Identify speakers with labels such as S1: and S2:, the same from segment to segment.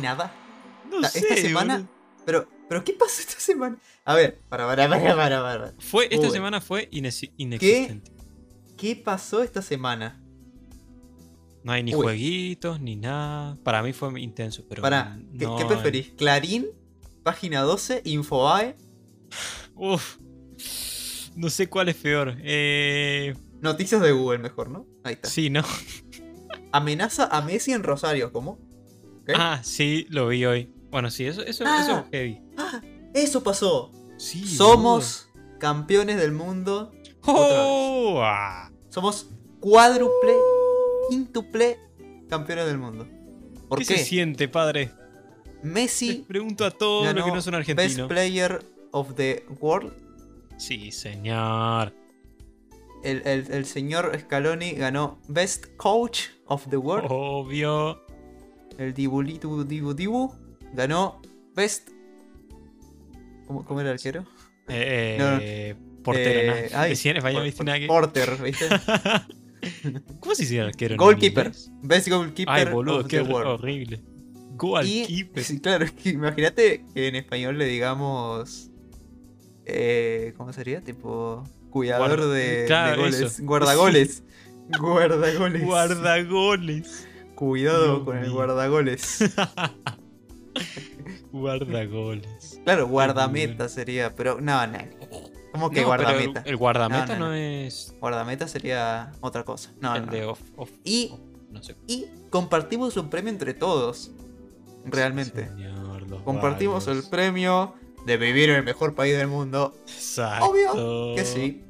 S1: nada.
S2: No
S1: La-
S2: sé.
S1: esta semana.
S2: boludo.
S1: Pero, pero ¿qué pasó esta semana? A ver, para, para, para, para, para.
S2: Fue, esta
S1: Uy.
S2: semana fue inexi- inexistente.
S1: ¿Qué pasó esta semana?
S2: No hay ni
S1: Uy.
S2: jueguitos, ni nada. Para mí fue intenso, pero.
S1: Para, ¿qué,
S2: no- eh.
S1: qué preferís? ¿Clarín? Página 12, Infobae,
S2: Uf. No sé cuál es peor. Eh,
S1: noticias de Google mejor, ¿no? Ahí está.
S2: sí, ¿no?
S1: Amenaza a Messi en Rosario, ¿cómo? ¿Qué?
S2: Ah, sí, lo vi hoy. Bueno, sí, eso, eso,
S1: Ah.
S2: eso es heavy.
S1: ¡Ah! Eso pasó.
S2: Sí,
S1: Somos campeones del mundo.
S2: boludo.
S1: otra vez.
S2: ¡Oh! ah.
S1: Somos cuádruple, quíntuple campeones del mundo. ¿Por
S2: ¿Qué
S1: qué?
S2: se siente, padre? Les
S1: Messi
S2: pregunto a todos
S1: ganó
S2: los que no son
S1: Best
S2: argentinos.
S1: Player of the World.
S2: Sí, señor.
S1: El, el- el señor Scaloni ganó Best Coach of the World.
S2: Oh. Obvio.
S1: El Dibulitu Dibu Dibu ganó Best. ¿Cómo, cómo era el arquero?
S2: Eh,
S1: No,
S2: eh, portero,
S1: Eh,
S2: nada.
S1: ay,
S2: Decían en español, ¿viste? Nada que-
S1: Porter, ¿viste?
S2: ¿Cómo se dice arquero? en
S1: Goalkeeper.
S2: inglés?
S1: Best Goalkeeper
S2: Ay, boludo,
S1: of
S2: qué
S1: the World.
S2: horrible.
S1: Y,
S2: Goalkeeper.
S1: sí, claro, es que imagínate que en español le digamos. eh, ¿Cómo sería? Tipo. Cuidador
S2: Guarda-
S1: de,
S2: claro,
S1: de goles.
S2: eso.
S1: Guardagoles. Guardagoles.
S2: Guardagoles.
S1: Cuidado
S2: Dios
S1: con el
S2: mío.
S1: guardagoles.
S2: Guardagoles.
S1: Claro, guardameta sería, pero no, no. ¿Cómo que
S2: No, pero el-
S1: guardameta?
S2: El, guardameta
S1: No,
S2: no,
S1: no, no.
S2: es
S1: Guardameta sería otra cosa. No,
S2: el
S1: no,
S2: de
S1: no.
S2: off. off-
S1: Y,
S2: off, no sé.
S1: y compartimos un premio entre todos. Realmente.
S2: Señor, los
S1: Compartimos el
S2: varios.
S1: premio de vivir en el mejor país del mundo.
S2: Exacto.
S1: Obvio Que sí.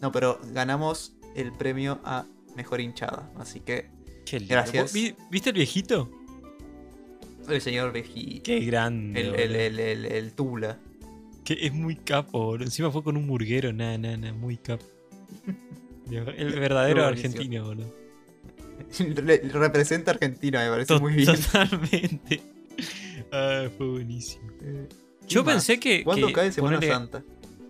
S1: No, pero ganamos el premio a mejor hinchada. Así que
S2: Qué lindo.
S1: Gracias.
S2: ¿Vos vi- ¿Viste el viejito?
S1: el señor Vejito.
S2: Qué grande.
S1: El, el,
S2: boludo.
S1: el, el, el Tula.
S2: Que es muy capo, boludo. Encima fue con un burguero, nada, nada, nada, muy capo. Dios, El verdadero
S1: Estuvo buenísimo.
S2: argentino, boludo.
S1: Re- representa a Argentina, me parece
S2: To-
S1: muy bien.
S2: Totalmente. Ah, fue buenísimo.
S1: Eh,
S2: Yo
S1: ¿qué más?
S2: pensé que.
S1: ¿Cuándo
S2: que
S1: cae Semana
S2: ponerle
S1: Santa?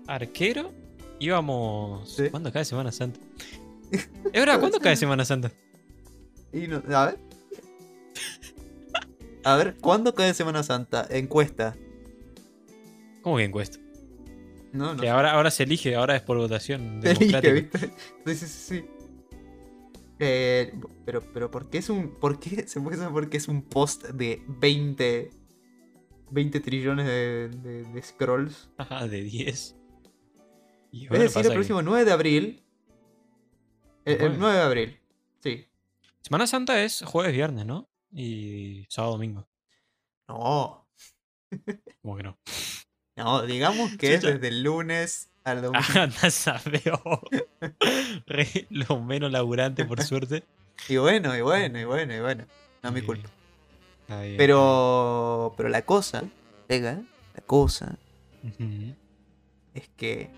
S2: Arquero, íbamos.
S1: Sí.
S2: ¿Cuándo cae Semana Santa? Es verdad, ¿cuándo cae Semana Santa?
S1: Y no- a ver. A ver, ¿cuándo cae Semana Santa? Encuesta.
S2: ¿Cómo que encuesta?
S1: No, no.
S2: Que ahora, ahora se elige, ahora es por votación.
S1: Te elige,
S2: democrática.
S1: ¿viste? Sí, sí, sí. sí. Eh, pero, pero, ¿por qué es un. ¿Por qué se puede saber por qué es un post de 20. 20 trillones de, de- de scrolls?
S2: Ajá, Ah, de 10. Y
S1: Es
S2: bueno,
S1: decir,
S2: pasa
S1: el
S2: que-
S1: próximo 9 de abril. El, el
S2: Bueno.
S1: 9 de abril. Sí.
S2: Semana Santa es jueves, viernes, ¿no? Y sábado, domingo.
S1: No.
S2: Como que no.
S1: No, digamos que
S2: Sí,
S1: es
S2: ya.
S1: desde el lunes al domingo.
S2: Ah, NASA, veo. Re- lo menos laburante, por suerte.
S1: Y bueno, y bueno, y bueno, y bueno. No es mi
S2: Eh,
S1: culpa.
S2: está bien.
S1: Pero. Pero la cosa. Venga, la cosa.
S2: Ujú.
S1: es que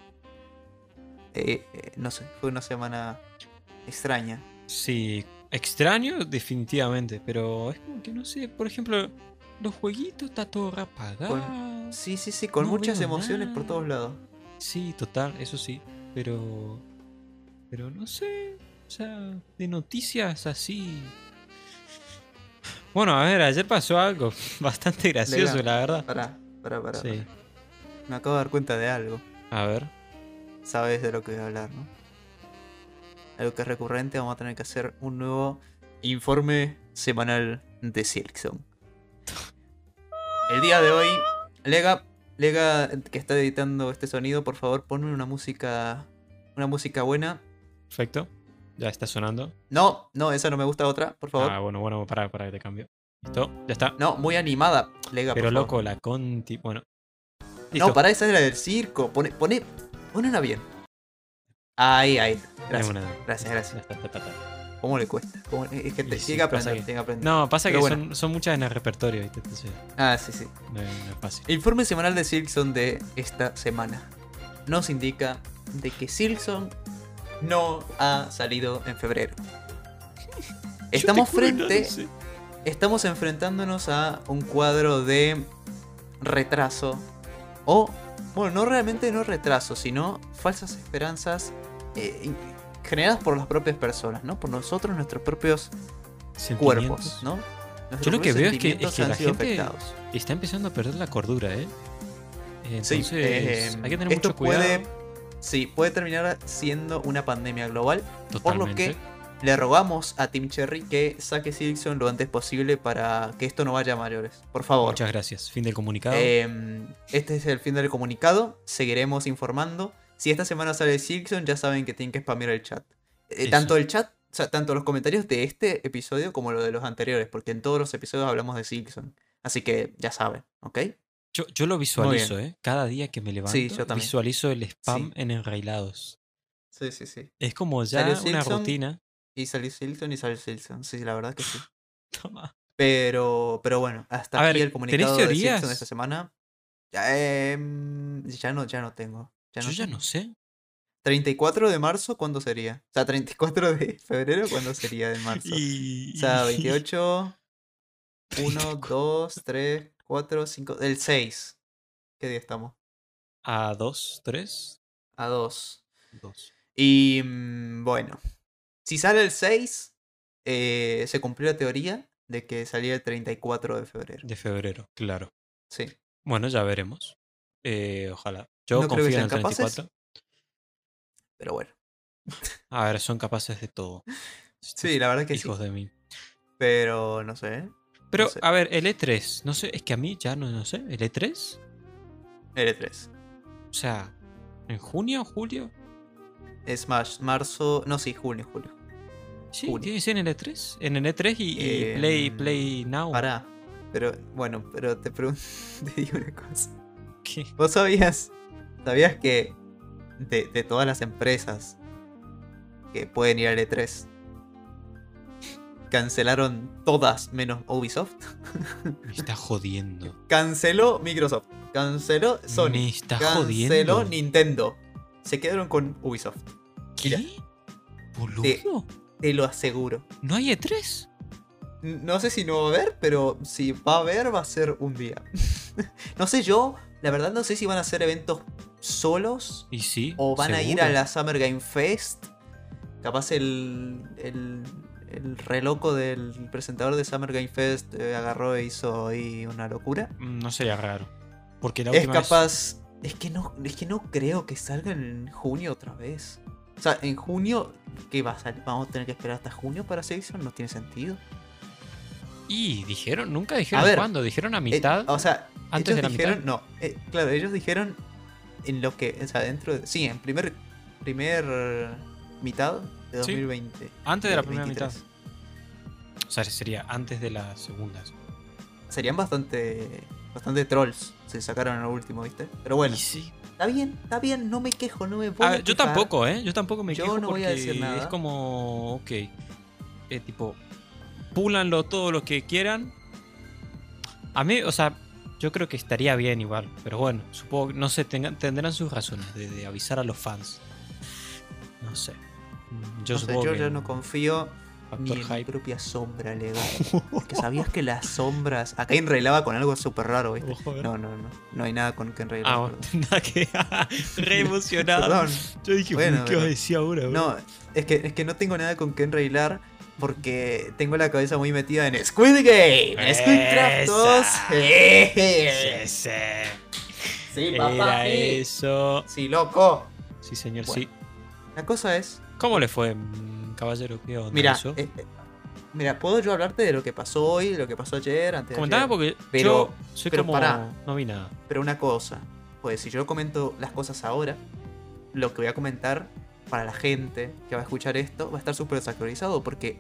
S1: eh, eh, no sé, fue una semana extraña.
S2: Sí, extraño, definitivamente. Pero es como que no sé, por ejemplo, los jueguitos está todo reapagado.
S1: Sí, sí, sí, con
S2: No
S1: muchas
S2: veo
S1: emociones por
S2: nada.
S1: todos lados.
S2: Sí, total, eso sí. Pero. Pero no sé. O sea, de noticias así. Bueno, a ver, ayer pasó algo bastante gracioso,
S1: Legal.
S2: la verdad.
S1: Pará, pará, pará.
S2: Sí,
S1: pará. Me acabo de dar cuenta de algo.
S2: a ver.
S1: Sabes de lo que voy a hablar, ¿no? Algo que es recurrente, vamos a tener que hacer un nuevo informe semanal de Silkson. El día de hoy, Lega, Lega que está editando este sonido, por favor, ponme una música, una música buena.
S2: Perfecto. Ya está sonando.
S1: No, no, esa no me gusta otra, por favor.
S2: Ah, bueno, bueno, para, para que te cambio. Listo, ya está.
S1: No, muy animada, Lega.
S2: Pero
S1: por favor.
S2: loco, la conti. Bueno.
S1: No, pará, esa era del circo. Pone, pone, pone una bien. Ahí, ahí. Gracias. Gracias, gracias. ¿Cómo le cuesta? ¿Cómo le- Es que te,
S2: Y sí,
S1: tiene que
S2: pasa
S1: aprender,
S2: que-
S1: tiene que aprender.
S2: No, pasa
S1: Pero
S2: que
S1: bueno.
S2: son, son muchas en el repertorio, ¿viste? Entonces,
S1: Ah, sí, sí.
S2: no es, no es fácil.
S1: Informe semanal de Silkson de esta semana. Nos indica de que Silkson no ha salido en febrero. Estamos
S2: Yo te juro, no lo
S1: frente
S2: sé.
S1: estamos enfrentándonos a un cuadro de retraso. O, bueno, no realmente no retraso, sino falsas esperanzas eh, in- generadas por las propias personas, ¿no? Por nosotros, nuestros propios
S2: Sentimientos.
S1: cuerpos, ¿no? Nuestros
S2: Yo lo que veo es que- es
S1: sentimientos
S2: que
S1: han
S2: la
S1: sido
S2: gente-
S1: afectados.
S2: Está empezando a perder la cordura, ¿eh?
S1: Sí,
S2: Entonces,
S1: eh,
S2: hay que tener
S1: esto
S2: mucho cuidado.
S1: puede, sí, puede terminar siendo una pandemia global. Por lo
S2: Totalmente.
S1: que le rogamos a Tim Cherry que saque Silkson lo antes posible para que esto no vaya a mayores. Por favor.
S2: Muchas gracias. Fin del comunicado.
S1: Eh, este es el fin del comunicado. Seguiremos informando. Si esta semana sale Silkson, ya saben que tienen que spamear el chat. Eh,
S2: Eso.
S1: tanto el chat, o sea, tanto los comentarios de este episodio como los de los anteriores, porque en todos los episodios hablamos de Silkson. Así que ya saben, ¿ok?
S2: yo, yo lo visualizo, ¿eh? Cada día que me levanto,
S1: Sí, yo también.
S2: visualizo el spam en enrailados.
S1: Sí, sí, sí.
S2: Es como ya
S1: Salió
S2: una
S1: Simpson.
S2: rutina.
S1: Y salió Silkson y salió Silkson. Sí, la verdad que sí.
S2: Toma.
S1: Pero, pero bueno, hasta
S2: Ah. A
S1: aquí
S2: ver,
S1: el
S2: ¿tenés
S1: comunicado de
S2: teorías?
S1: Simpson de esta semana. Ya, em, ya no, ya no tengo. Ya no
S2: Yo ya
S1: tengo.
S2: no sé.
S1: 34 de marzo, ¿cuándo sería? O sea, 34 de febrero, ¿cuándo sería de marzo?
S2: Y...
S1: O sea,
S2: y-
S1: 28, 1, 2, 3, 4, 5, el 6. ¿Qué día estamos?
S2: A dos, tres.
S1: A 2.
S2: Dos.
S1: Y mm, bueno, si sale el 6, eh, se cumplió la teoría de que salía el 34 de febrero.
S2: De febrero, claro.
S1: Sí.
S2: Bueno, ya veremos. Eh, ojalá. Yo
S1: No creo que
S2: confío en
S1: sean
S2: el 34.
S1: Pero bueno.
S2: A ver, son capaces de todo.
S1: Sí, la verdad que sí.
S2: Hijos de mí.
S1: Pero no sé. ¿eh?
S2: Pero,
S1: sé.
S2: a ver, el E3, no sé, es que a mí ya no, no sé, el E3,
S1: L3.
S2: o sea, en junio, julio,
S1: Es más, marzo. No, sí, junio, julio.
S2: sí,
S1: Junio.
S2: tiene que ser en el E3, en el E3 y, y
S1: Eh,
S2: Play,
S1: mm,
S2: Play Now.
S1: Pará. Pero bueno, pero te pregunto. Te digo una cosa.
S2: ¿Qué?
S1: ¿Vos sabías? ¿Sabías que de, de todas las empresas que pueden ir al E3 cancelaron todas menos Ubisoft?
S2: Me está jodiendo.
S1: Canceló Microsoft, canceló
S2: Me
S1: Sony,
S2: está
S1: canceló
S2: jodiendo.
S1: Nintendo. Se quedaron con Ubisoft.
S2: ¿Qué?
S1: Mira.
S2: ¿Boludo?
S1: Te- Te lo aseguro.
S2: ¿No hay E E3?
S1: N- No sé si no va a haber, pero si va a haber, va a ser un día. no sé yo, la verdad no sé si van a hacer eventos solos
S2: Y sí.
S1: o van a ir a
S2: seguro.
S1: la Summer Game Fest. Capaz el, el, el reloco del presentador de Summer Game Fest eh, agarró e hizo ahí una locura.
S2: Mm, No sería raro. Porque la
S1: Es
S2: última vez-
S1: capaz... Es que, no, es que no creo que salga en junio otra vez. O sea, en junio, ¿qué va a salir? ¿Vamos a tener que esperar hasta junio para Season? No tiene sentido.
S2: Y dijeron, nunca dijeron
S1: ver,
S2: cuándo, dijeron a
S1: Eh,
S2: mitad.
S1: o sea,
S2: antes
S1: ellos
S2: de la mitad.
S1: dijeron, no, eh, claro, ellos dijeron en lo que, o sea, dentro de, sí, en primer, primer mitad de
S2: Sí.
S1: 2020.
S2: antes de la primera
S1: 23.
S2: mitad. O sea, sería antes de las segundas.
S1: Serían bastante, bastante trolls se sacaron en lo último, ¿viste? Pero bueno,
S2: Y sí,
S1: está bien, está bien, no me quejo, no me puedo.
S2: A ver, yo tampoco, ¿eh? Yo tampoco me
S1: Yo
S2: quejo
S1: no voy a
S2: porque
S1: decir nada.
S2: Es como, ok. eh, tipo, púlanlo todo lo que quieran. A mí, o sea, yo creo que estaría bien igual. Pero bueno, supongo, no sé, tengan- tendrán sus razones de, de avisar a los fans. No sé. Mm, Yo
S1: Yo,
S2: supongo
S1: yo
S2: que
S1: ya no confío ni
S2: factor
S1: en mi
S2: hype.
S1: propia sombra, Lego. Porque sabías que las sombras. Acá enrelaba con algo súper raro, ¿viste?
S2: Ojo, eh.
S1: No, no, no. No hay nada con que enrelaba.
S2: Ah, bueno, Ah, nada que. re emocionado.
S1: Perdón.
S2: Yo dije,
S1: Bueno,
S2: "Uy, ¿qué
S1: pero-
S2: vas a decir ahora? bro?"
S1: No, es que, es que no tengo nada con qué enrailar porque tengo la cabeza muy metida en Squid Game, Squid Craft 2.
S2: Esa.
S1: Jeje.
S2: Sí, sí.
S1: Sí, papá.
S2: Era
S1: Sí,
S2: eso.
S1: Sí, loco.
S2: Sí, señor,
S1: Bueno.
S2: sí.
S1: La cosa es,
S2: ¿Cómo le fue, mm, caballero? ¿Qué onda
S1: mira,
S2: eso?
S1: eh, eh, mira, puedo yo hablarte de lo que pasó hoy, de lo que pasó ayer, antes de
S2: Comentame
S1: ayer?
S2: porque
S1: eh, pero-
S2: yo soy
S1: pero
S2: como...
S1: pará.
S2: No vi nada.
S1: Pero una cosa, pues si yo comento las cosas ahora, lo que voy a comentar para la gente que va a escuchar esto va a estar súper desactualizado porque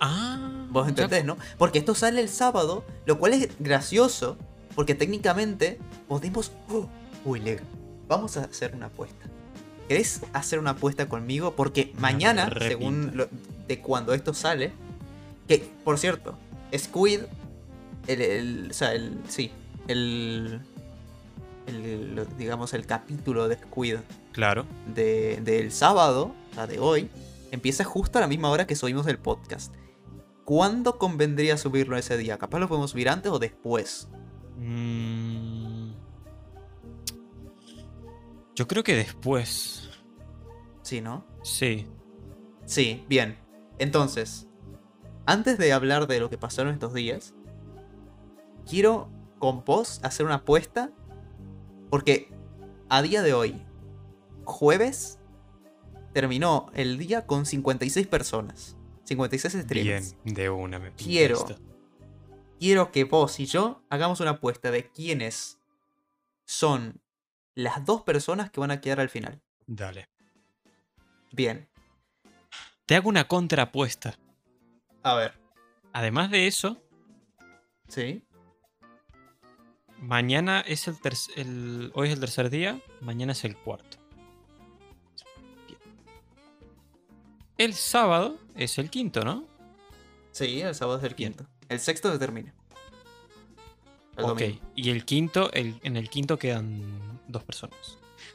S2: Ah.
S1: Vos entendés, ¿no? Porque esto sale el sábado, lo cual es gracioso, porque técnicamente podemos... ¡Oh! uy, Leg, vamos a hacer una apuesta. ¿Querés hacer una apuesta conmigo? Porque
S2: Me
S1: mañana,
S2: repinta.
S1: según lo- de cuando esto sale, que, por cierto, Squid, el, el- o sea, el, sí, el, el, lo- digamos, el capítulo de Squid
S2: ya- Claro.
S1: de- del sábado, o sea, de hoy, empieza justo a la misma hora que subimos el podcast. ¿Cuándo convendría subirlo ese día? Capaz lo podemos subir antes o después.
S2: Mm. Yo creo que después.
S1: Sí, ¿no?
S2: Sí.
S1: Sí, bien. Entonces, Antes de hablar de lo que pasaron estos días, quiero con vos hacer una apuesta. Porque a día de hoy, jueves, terminó el día con 56 personas. 56 streams.
S2: Bien, de una me pinta
S1: Quiero.
S2: esto.
S1: quiero que vos y yo hagamos una apuesta de quiénes son las dos personas que van a quedar al final.
S2: Dale.
S1: Bien,
S2: Te hago una contrapuesta.
S1: a ver.
S2: Además de eso,
S1: Sí,
S2: mañana es el tercer. hoy es el tercer día, mañana es el cuarto. Bien. El sábado es el quinto, ¿no?
S1: sí, el sábado es el
S2: Bien.
S1: quinto. El sexto se termina. El
S2: ok.
S1: domingo.
S2: Y el quinto, el- en el quinto quedan dos personas.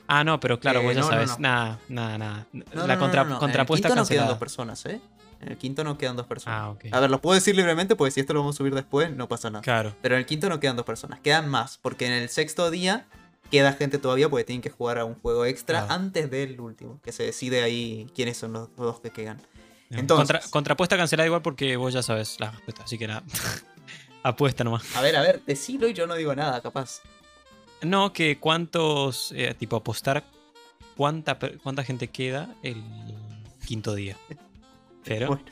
S2: Ah, no, pero claro,
S1: Eh,
S2: vos ya
S1: no, no,
S2: sabes.
S1: no.
S2: Nada, nada, nada.
S1: No, no,
S2: La
S1: no,
S2: contra-
S1: no, no,
S2: contrapuesta
S1: En el quinto no quedan
S2: cancelada.
S1: dos personas, ¿eh? En el quinto no quedan dos personas.
S2: ah, ok.
S1: A ver, lo puedo decir libremente porque si esto lo vamos a subir después, no pasa nada.
S2: Claro.
S1: Pero en el quinto no quedan dos personas, quedan más, porque en el sexto día queda gente todavía porque tienen que jugar a un juego extra
S2: Ah.
S1: antes del último, que se decide ahí quiénes son los dos que quedan. Entonces.
S2: Entonces. contrapuesta cancelada igual porque vos ya sabes la respuesta, así que nada. Apuesta nomás.
S1: A ver, a ver, decilo y yo no digo nada, capaz.
S2: No, que cuántos. eh, tipo, apostar cuánta, per- cuánta gente queda el quinto día. Pero.
S1: Bueno,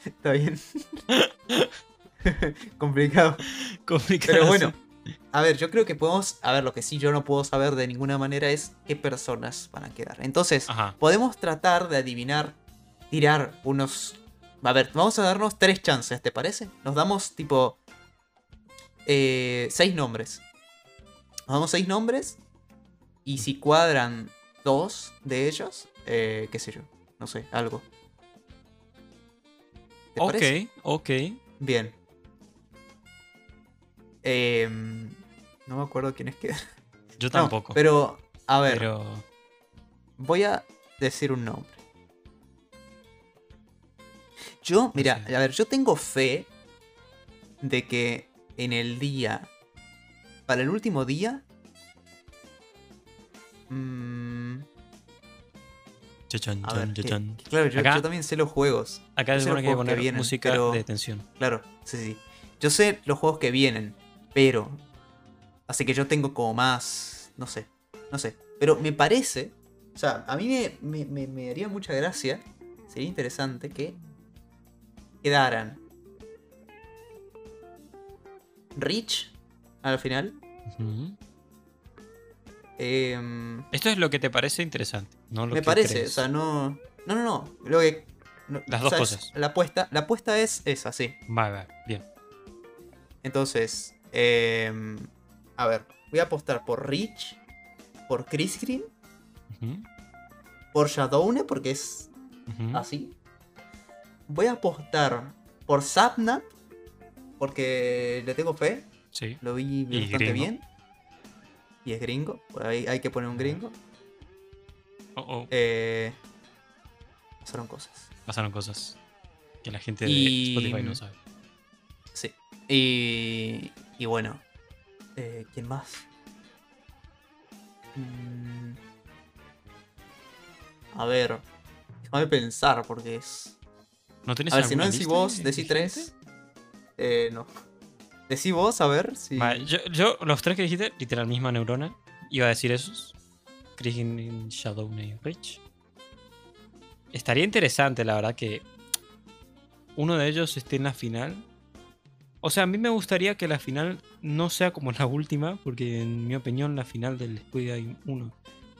S1: está bien. Complicado.
S2: complicado
S1: Pero
S2: así.
S1: bueno, a ver, yo creo que podemos. A ver, lo que sí yo no puedo saber de ninguna manera es qué personas van a quedar. Entonces,
S2: Ajá.
S1: podemos tratar de adivinar, tirar unos... A ver, vamos a darnos tres chances, ¿te parece? Nos damos tipo... eh, seis nombres. Nos damos seis nombres y si cuadran dos de ellos, eh, qué sé yo, no sé, algo. ¿Te
S2: Ok,
S1: parece?
S2: ok.
S1: Bien. Em, no me acuerdo quiénes quedan.
S2: Yo
S1: No,
S2: tampoco. pero.
S1: pero, a ver, voy a decir un nombre. Yo, mira,
S2: sé.
S1: a ver, yo tengo fe de que en el día, para el último día, mm,
S2: chachán,
S1: a ver,
S2: chon,
S1: que-
S2: chachán.
S1: que claro, yo,
S2: Acá-
S1: yo también sé los juegos,
S2: Acá
S1: yo sé los
S2: se supone que hay que
S1: juegos que
S2: poner
S1: vienen,
S2: música
S1: pero-
S2: de tensión.
S1: claro, sí, sí. Yo sé los juegos que vienen, pero, así que yo tengo como más, no sé, no sé, pero me parece, o sea, a mí me, me, me- me haría mucha gracia, sería interesante que quedaran Rich al final.
S2: Ujú.
S1: em,
S2: Esto es lo que te parece interesante, no lo
S1: me
S2: que
S1: parece,
S2: crees.
S1: o sea, no. No, no, no. Lo que, no,
S2: Las
S1: o
S2: dos
S1: sea, es-
S2: cosas.
S1: La apuesta, la apuesta es esa, sí.
S2: Vale, vale, bien.
S1: Entonces, em, a ver, voy a apostar por Rich, por Chris Green,
S2: Ujú,
S1: por Shadowne, porque es
S2: ujú.
S1: así. Voy a apostar por Sapnap, porque le tengo fe,
S2: Sí.
S1: lo vi
S2: Y es
S1: bastante
S2: gringo.
S1: bien. Y es gringo, por ahí hay que poner un gringo.
S2: Oh, oh,
S1: Eh, pasaron cosas.
S2: pasaron cosas que la gente de
S1: y-
S2: Spotify no sabe.
S1: Sí. Y, y bueno. eh, ¿Quién más? Mm. A ver. Déjame pensar porque es...
S2: ¿No tenés
S1: A ver, si no
S2: alguna
S1: decí
S2: lista
S1: vos,
S2: de
S1: decí
S2: gente?
S1: tres. Eh, no. Decí vos, a ver si...
S2: Vale, yo, yo, los tres que dijiste, literal, misma neurona, iba a decir esos. Krigin, Shadow, y Rich. Estaría interesante, la verdad, que uno de ellos esté en la final. O sea, a mí me gustaría que la final no sea como la última, porque en mi opinión la final del Squid Game 1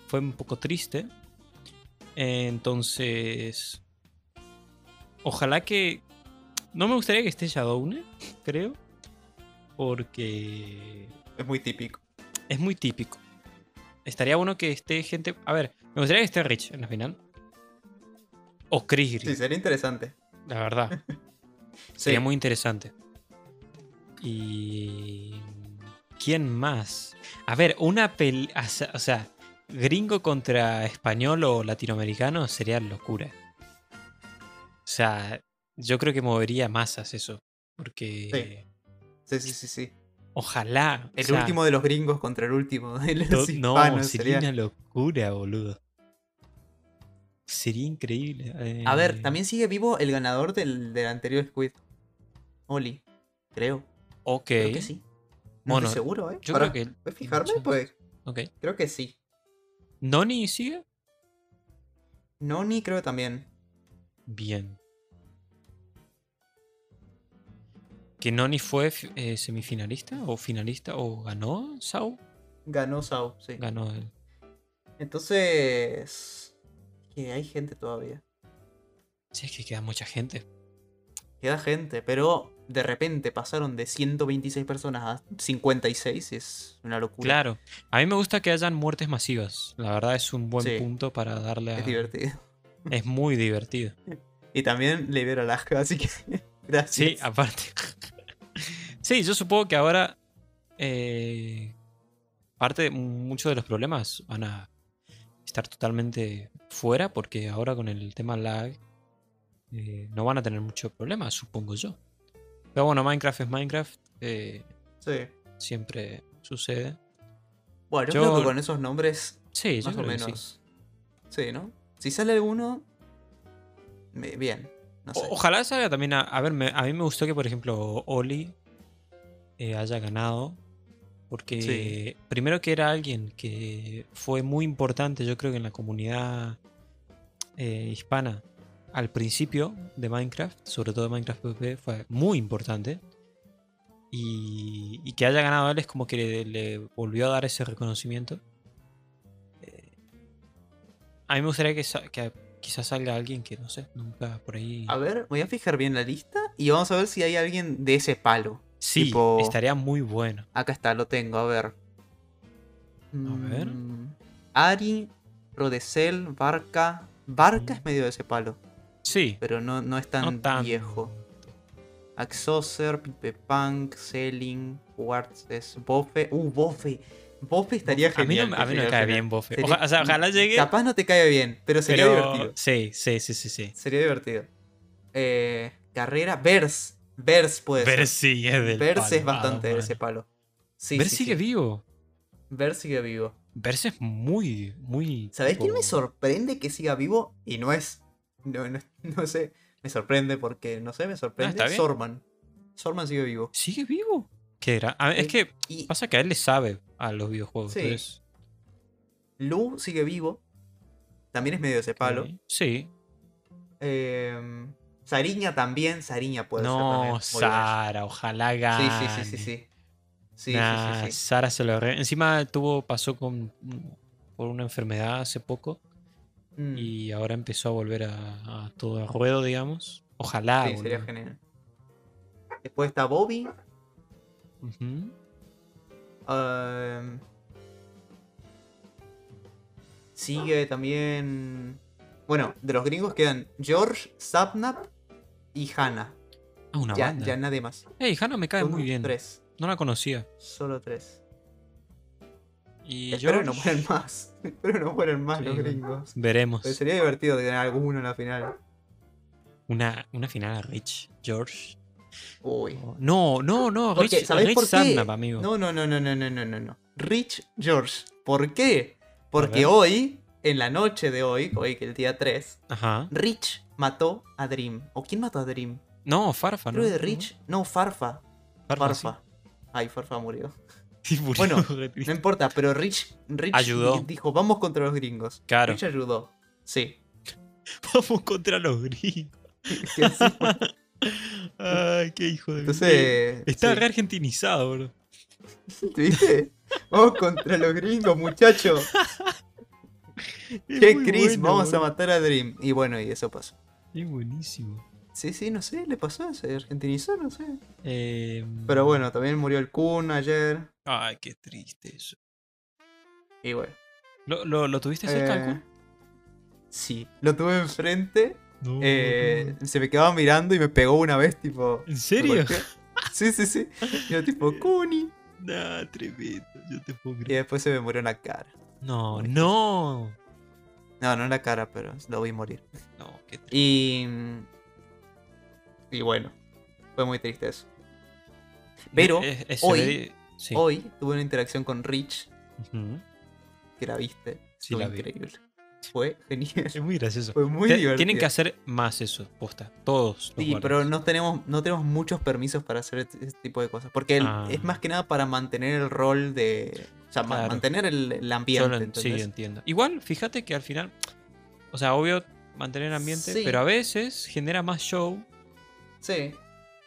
S2: fue un poco triste. Eh, Entonces, ojalá que... No me gustaría que esté Shadowne, creo, porque
S1: Es muy típico.
S2: es muy típico. Estaría bueno que esté gente. A ver, me gustaría que esté Rich en la final. O Chris Green,
S1: Sí, sería interesante.
S2: la verdad.
S1: Sí.
S2: Sería muy interesante. Y. ¿Quién más? A ver, una pelea. O sea, gringo contra español o latinoamericano sería locura. O sea, yo creo que movería masas eso. Porque.
S1: Sí, sí, sí, sí.
S2: Ojalá. o
S1: El
S2: sea,
S1: último de los gringos contra el último de los
S2: To- no,
S1: hispanos
S2: sería
S1: Ah, sería...
S2: una locura, boludo. Sería eh, increíble.
S1: A
S2: eh,
S1: ver, también sigue vivo el ganador del, del anterior Squid. Oli, creo.
S2: Ok.
S1: Creo que sí. No
S2: Bueno,
S1: estoy seguro, ¿eh?
S2: yo
S1: Pará,
S2: creo que-
S1: ¿Voy a fijarme?
S2: yo-
S1: Pues
S2: Ok.
S1: creo que sí.
S2: ¿Noni sigue?
S1: Noni creo que también.
S2: Bien. ¿Que Noni fue fi- eh, semifinalista o finalista o ganó Sau?
S1: Ganó Sao, sí.
S2: Ganó él.
S1: Entonces... Que hay gente todavía.
S2: Sí, es que queda mucha gente.
S1: Queda gente, pero de repente pasaron de 126 personas a 56. Es una locura.
S2: Claro. A mí me gusta que hayan muertes masivas. La verdad es un buen
S1: Sí.
S2: punto para darle a...
S1: Es divertido.
S2: Es muy divertido.
S1: Y también libera Alaska, así que... Gracias.
S2: Sí, aparte. sí, yo supongo que ahora. eh, parte de muchos de los problemas van a estar totalmente fuera, porque ahora con el tema lag eh, no van a tener mucho problema, supongo yo. Pero bueno, Minecraft es Minecraft, eh,
S1: Sí.
S2: siempre sucede.
S1: Bueno, yo,
S2: Yo-
S1: creo que con esos nombres,
S2: Sí, yo
S1: más o
S2: creo que sí.
S1: menos. Sí. ¿no? Si sale alguno. me- Bien. No sé.
S2: O- ojalá salga también. A, a ver, me- a mí me gustó que, por ejemplo, Oli eh, haya ganado. Porque
S1: Sí.
S2: primero que era alguien que fue muy importante, yo creo que en la comunidad eh, hispana al principio de Minecraft, sobre todo de Minecraft PvP, fue muy importante. Y, y que haya ganado él es como que le, le volvió a dar ese reconocimiento. Eh, a mí me gustaría que, sa- que quizás salga alguien que, no sé, nunca por ahí...
S1: A ver, voy a fijar bien la lista y vamos a ver si hay alguien de ese palo.
S2: Sí,
S1: tipo-
S2: estaría muy bueno.
S1: Acá está, lo tengo, a ver.
S2: ver.
S1: Mm, Ari, Rodesel, Barca. Barca es medio de ese palo,
S2: Sí,
S1: pero no, no es tan
S2: no tan
S1: viejo. Axoser, Pipe Punk, Selling, Wartzes, Bofe. Uh, Bofe. Bofe estaría
S2: A mí
S1: genial.
S2: no, me-
S1: que
S2: a mí no me
S1: sería
S2: cae
S1: genial.
S2: bien Bofe.
S1: Sería- mm,
S2: Oja- o sea, ojalá llegue.
S1: Capaz no te cae bien, pero sería
S2: pero-
S1: divertido.
S2: Sí, sí, sí, sí, sí.
S1: Sería divertido. Eh, carrera, Vers. Vers puede ser.
S2: Ver si es del
S1: Vers es
S2: palo,
S1: bastante de
S2: Adam,
S1: ese
S2: man.
S1: palo. Sí,
S2: Ver
S1: sí,
S2: sigue
S1: sí.
S2: vivo.
S1: Vers sigue vivo.
S2: Verse es muy, muy.
S1: ¿Sabés
S2: tipo,
S1: quién me sorprende que siga vivo? Y no es. No, no, no sé. Me sorprende porque, no sé, me sorprende.
S2: Ah, está bien.
S1: Sorman. Sorman sigue vivo.
S2: ¿Sigue vivo? ¿Qué era? A ver, es
S1: Sí.
S2: que
S1: Y
S2: pasa que a él le sabe a los videojuegos.
S1: Eh, Sí,
S2: entonces,
S1: Lu sigue vivo. También es medio de ese palo.
S2: ok. Sí.
S1: Eh, Sariña también. Sariña puede
S2: No,
S1: ser. también. Muy
S2: Sara, ojalá
S1: bueno. Sí,
S2: gane.
S1: sí, sí, sí, sí. Sí,
S2: Nah,
S1: sí, sí, sí.
S2: Sara se lo re... Encima tuvo, pasó con, por una enfermedad hace poco.
S1: Mm.
S2: Y ahora empezó a volver a, a todo el ruedo, digamos. Ojalá.
S1: sí, sería
S2: boludo.
S1: genial. Después está Bobby.
S2: Ujú.
S1: ehm, sigue también. Bueno, de los gringos quedan George, Sapnap y Hannah.
S2: Ah, una
S1: Ya,
S2: banda.
S1: ya nadie más.
S2: Ey, Hanna me cae
S1: Son
S2: muy bien.
S1: Tres.
S2: No la conocía.
S1: Solo tres.
S2: Y
S1: Espero
S2: yo
S1: que no mueran más. Espero que no mueran más
S2: Sí,
S1: los
S2: bueno.
S1: gringos.
S2: veremos.
S1: Pero sería divertido tener alguno en la final.
S2: Una, una final a Rich, George.
S1: Uy.
S2: No, no, no,
S1: Porque,
S2: Rich,
S1: ¿sabés
S2: Rich
S1: por qué?
S2: Sandnap, amigo.
S1: No, no, no, no, no, no, no, no, no. Rich George. ¿Por qué?
S2: ver.
S1: Porque hoy, en la noche de hoy, hoy que el día 3,
S2: Ajá.
S1: Rich mató a Dream. ¿O quién mató a Dream?
S2: No, Farfa, Ah, ¿no?
S1: Creo que Rich. No, Farfa.
S2: Farfa.
S1: Farfa.
S2: sí.
S1: Ay, Farfa murió.
S2: Sí, murió.
S1: Bueno, No importa, pero Rich, Rich
S2: Ayudó.
S1: di- dijo, vamos contra los gringos.
S2: Claro.
S1: Rich ayudó. Sí.
S2: Vamos contra los gringos.
S1: Que sí.
S2: Ay, qué hijo de
S1: Entonces.
S2: Está
S1: sí.
S2: re argentinizado, bro.
S1: ¿Viste? Vamos contra los gringos, muchachos.
S2: Es
S1: Che,
S2: muy
S1: Chris,
S2: bueno,
S1: vamos a
S2: boludo.
S1: matar a Dream. Y bueno, y eso pasó.
S2: Es buenísimo.
S1: Sí, sí, no sé, le pasó, se argentinizó, no sé.
S2: Eh,
S1: Pero bueno, también murió el Kun ayer.
S2: Ay, qué triste eso.
S1: Y bueno.
S2: ¿Lo, lo, lo tuviste cerca,
S1: eh,
S2: el Kun?
S1: sí, lo tuve enfrente.
S2: No,
S1: eh,
S2: boludo.
S1: se me quedaba mirando y me pegó una vez, tipo.
S2: Mm. ¿En
S1: me
S2: serio?
S1: golpeó. Sí, sí, sí. Yo tipo, Kuni.
S2: Nah, tremendo. Yo te puedo
S1: Y después se me murió en la cara.
S2: No, no.
S1: No, no en la cara, pero lo vi morir.
S2: No, qué triste.
S1: Y. Y bueno. Fue muy triste eso. pero
S2: Es- es-
S1: hoy-
S2: se ve- sí.
S1: Hoy tuve una interacción con Rich,
S2: Ujú.
S1: que la viste.
S2: Sí,
S1: Estuvo
S2: la vi.
S1: increíble. Fue genial.
S2: Es muy gracioso.
S1: Fue muy
S2: Te-
S1: divertido.
S2: tienen que hacer más eso, posta. Todos. los
S1: Sí,
S2: guardias.
S1: pero no tenemos, no tenemos muchos permisos para hacer este este tipo de cosas. Porque el-
S2: Ah.
S1: es más que nada para mantener el rol de. O sea, ma-
S2: Claro.
S1: mantener el, el
S2: Yo
S1: ambiente.
S2: lo en- sí,
S1: ¿entendés?
S2: entiendo. Igual, fíjate que al final, o sea, obvio mantener ambiente,
S1: Sí.
S2: pero a veces genera más show.
S1: sí.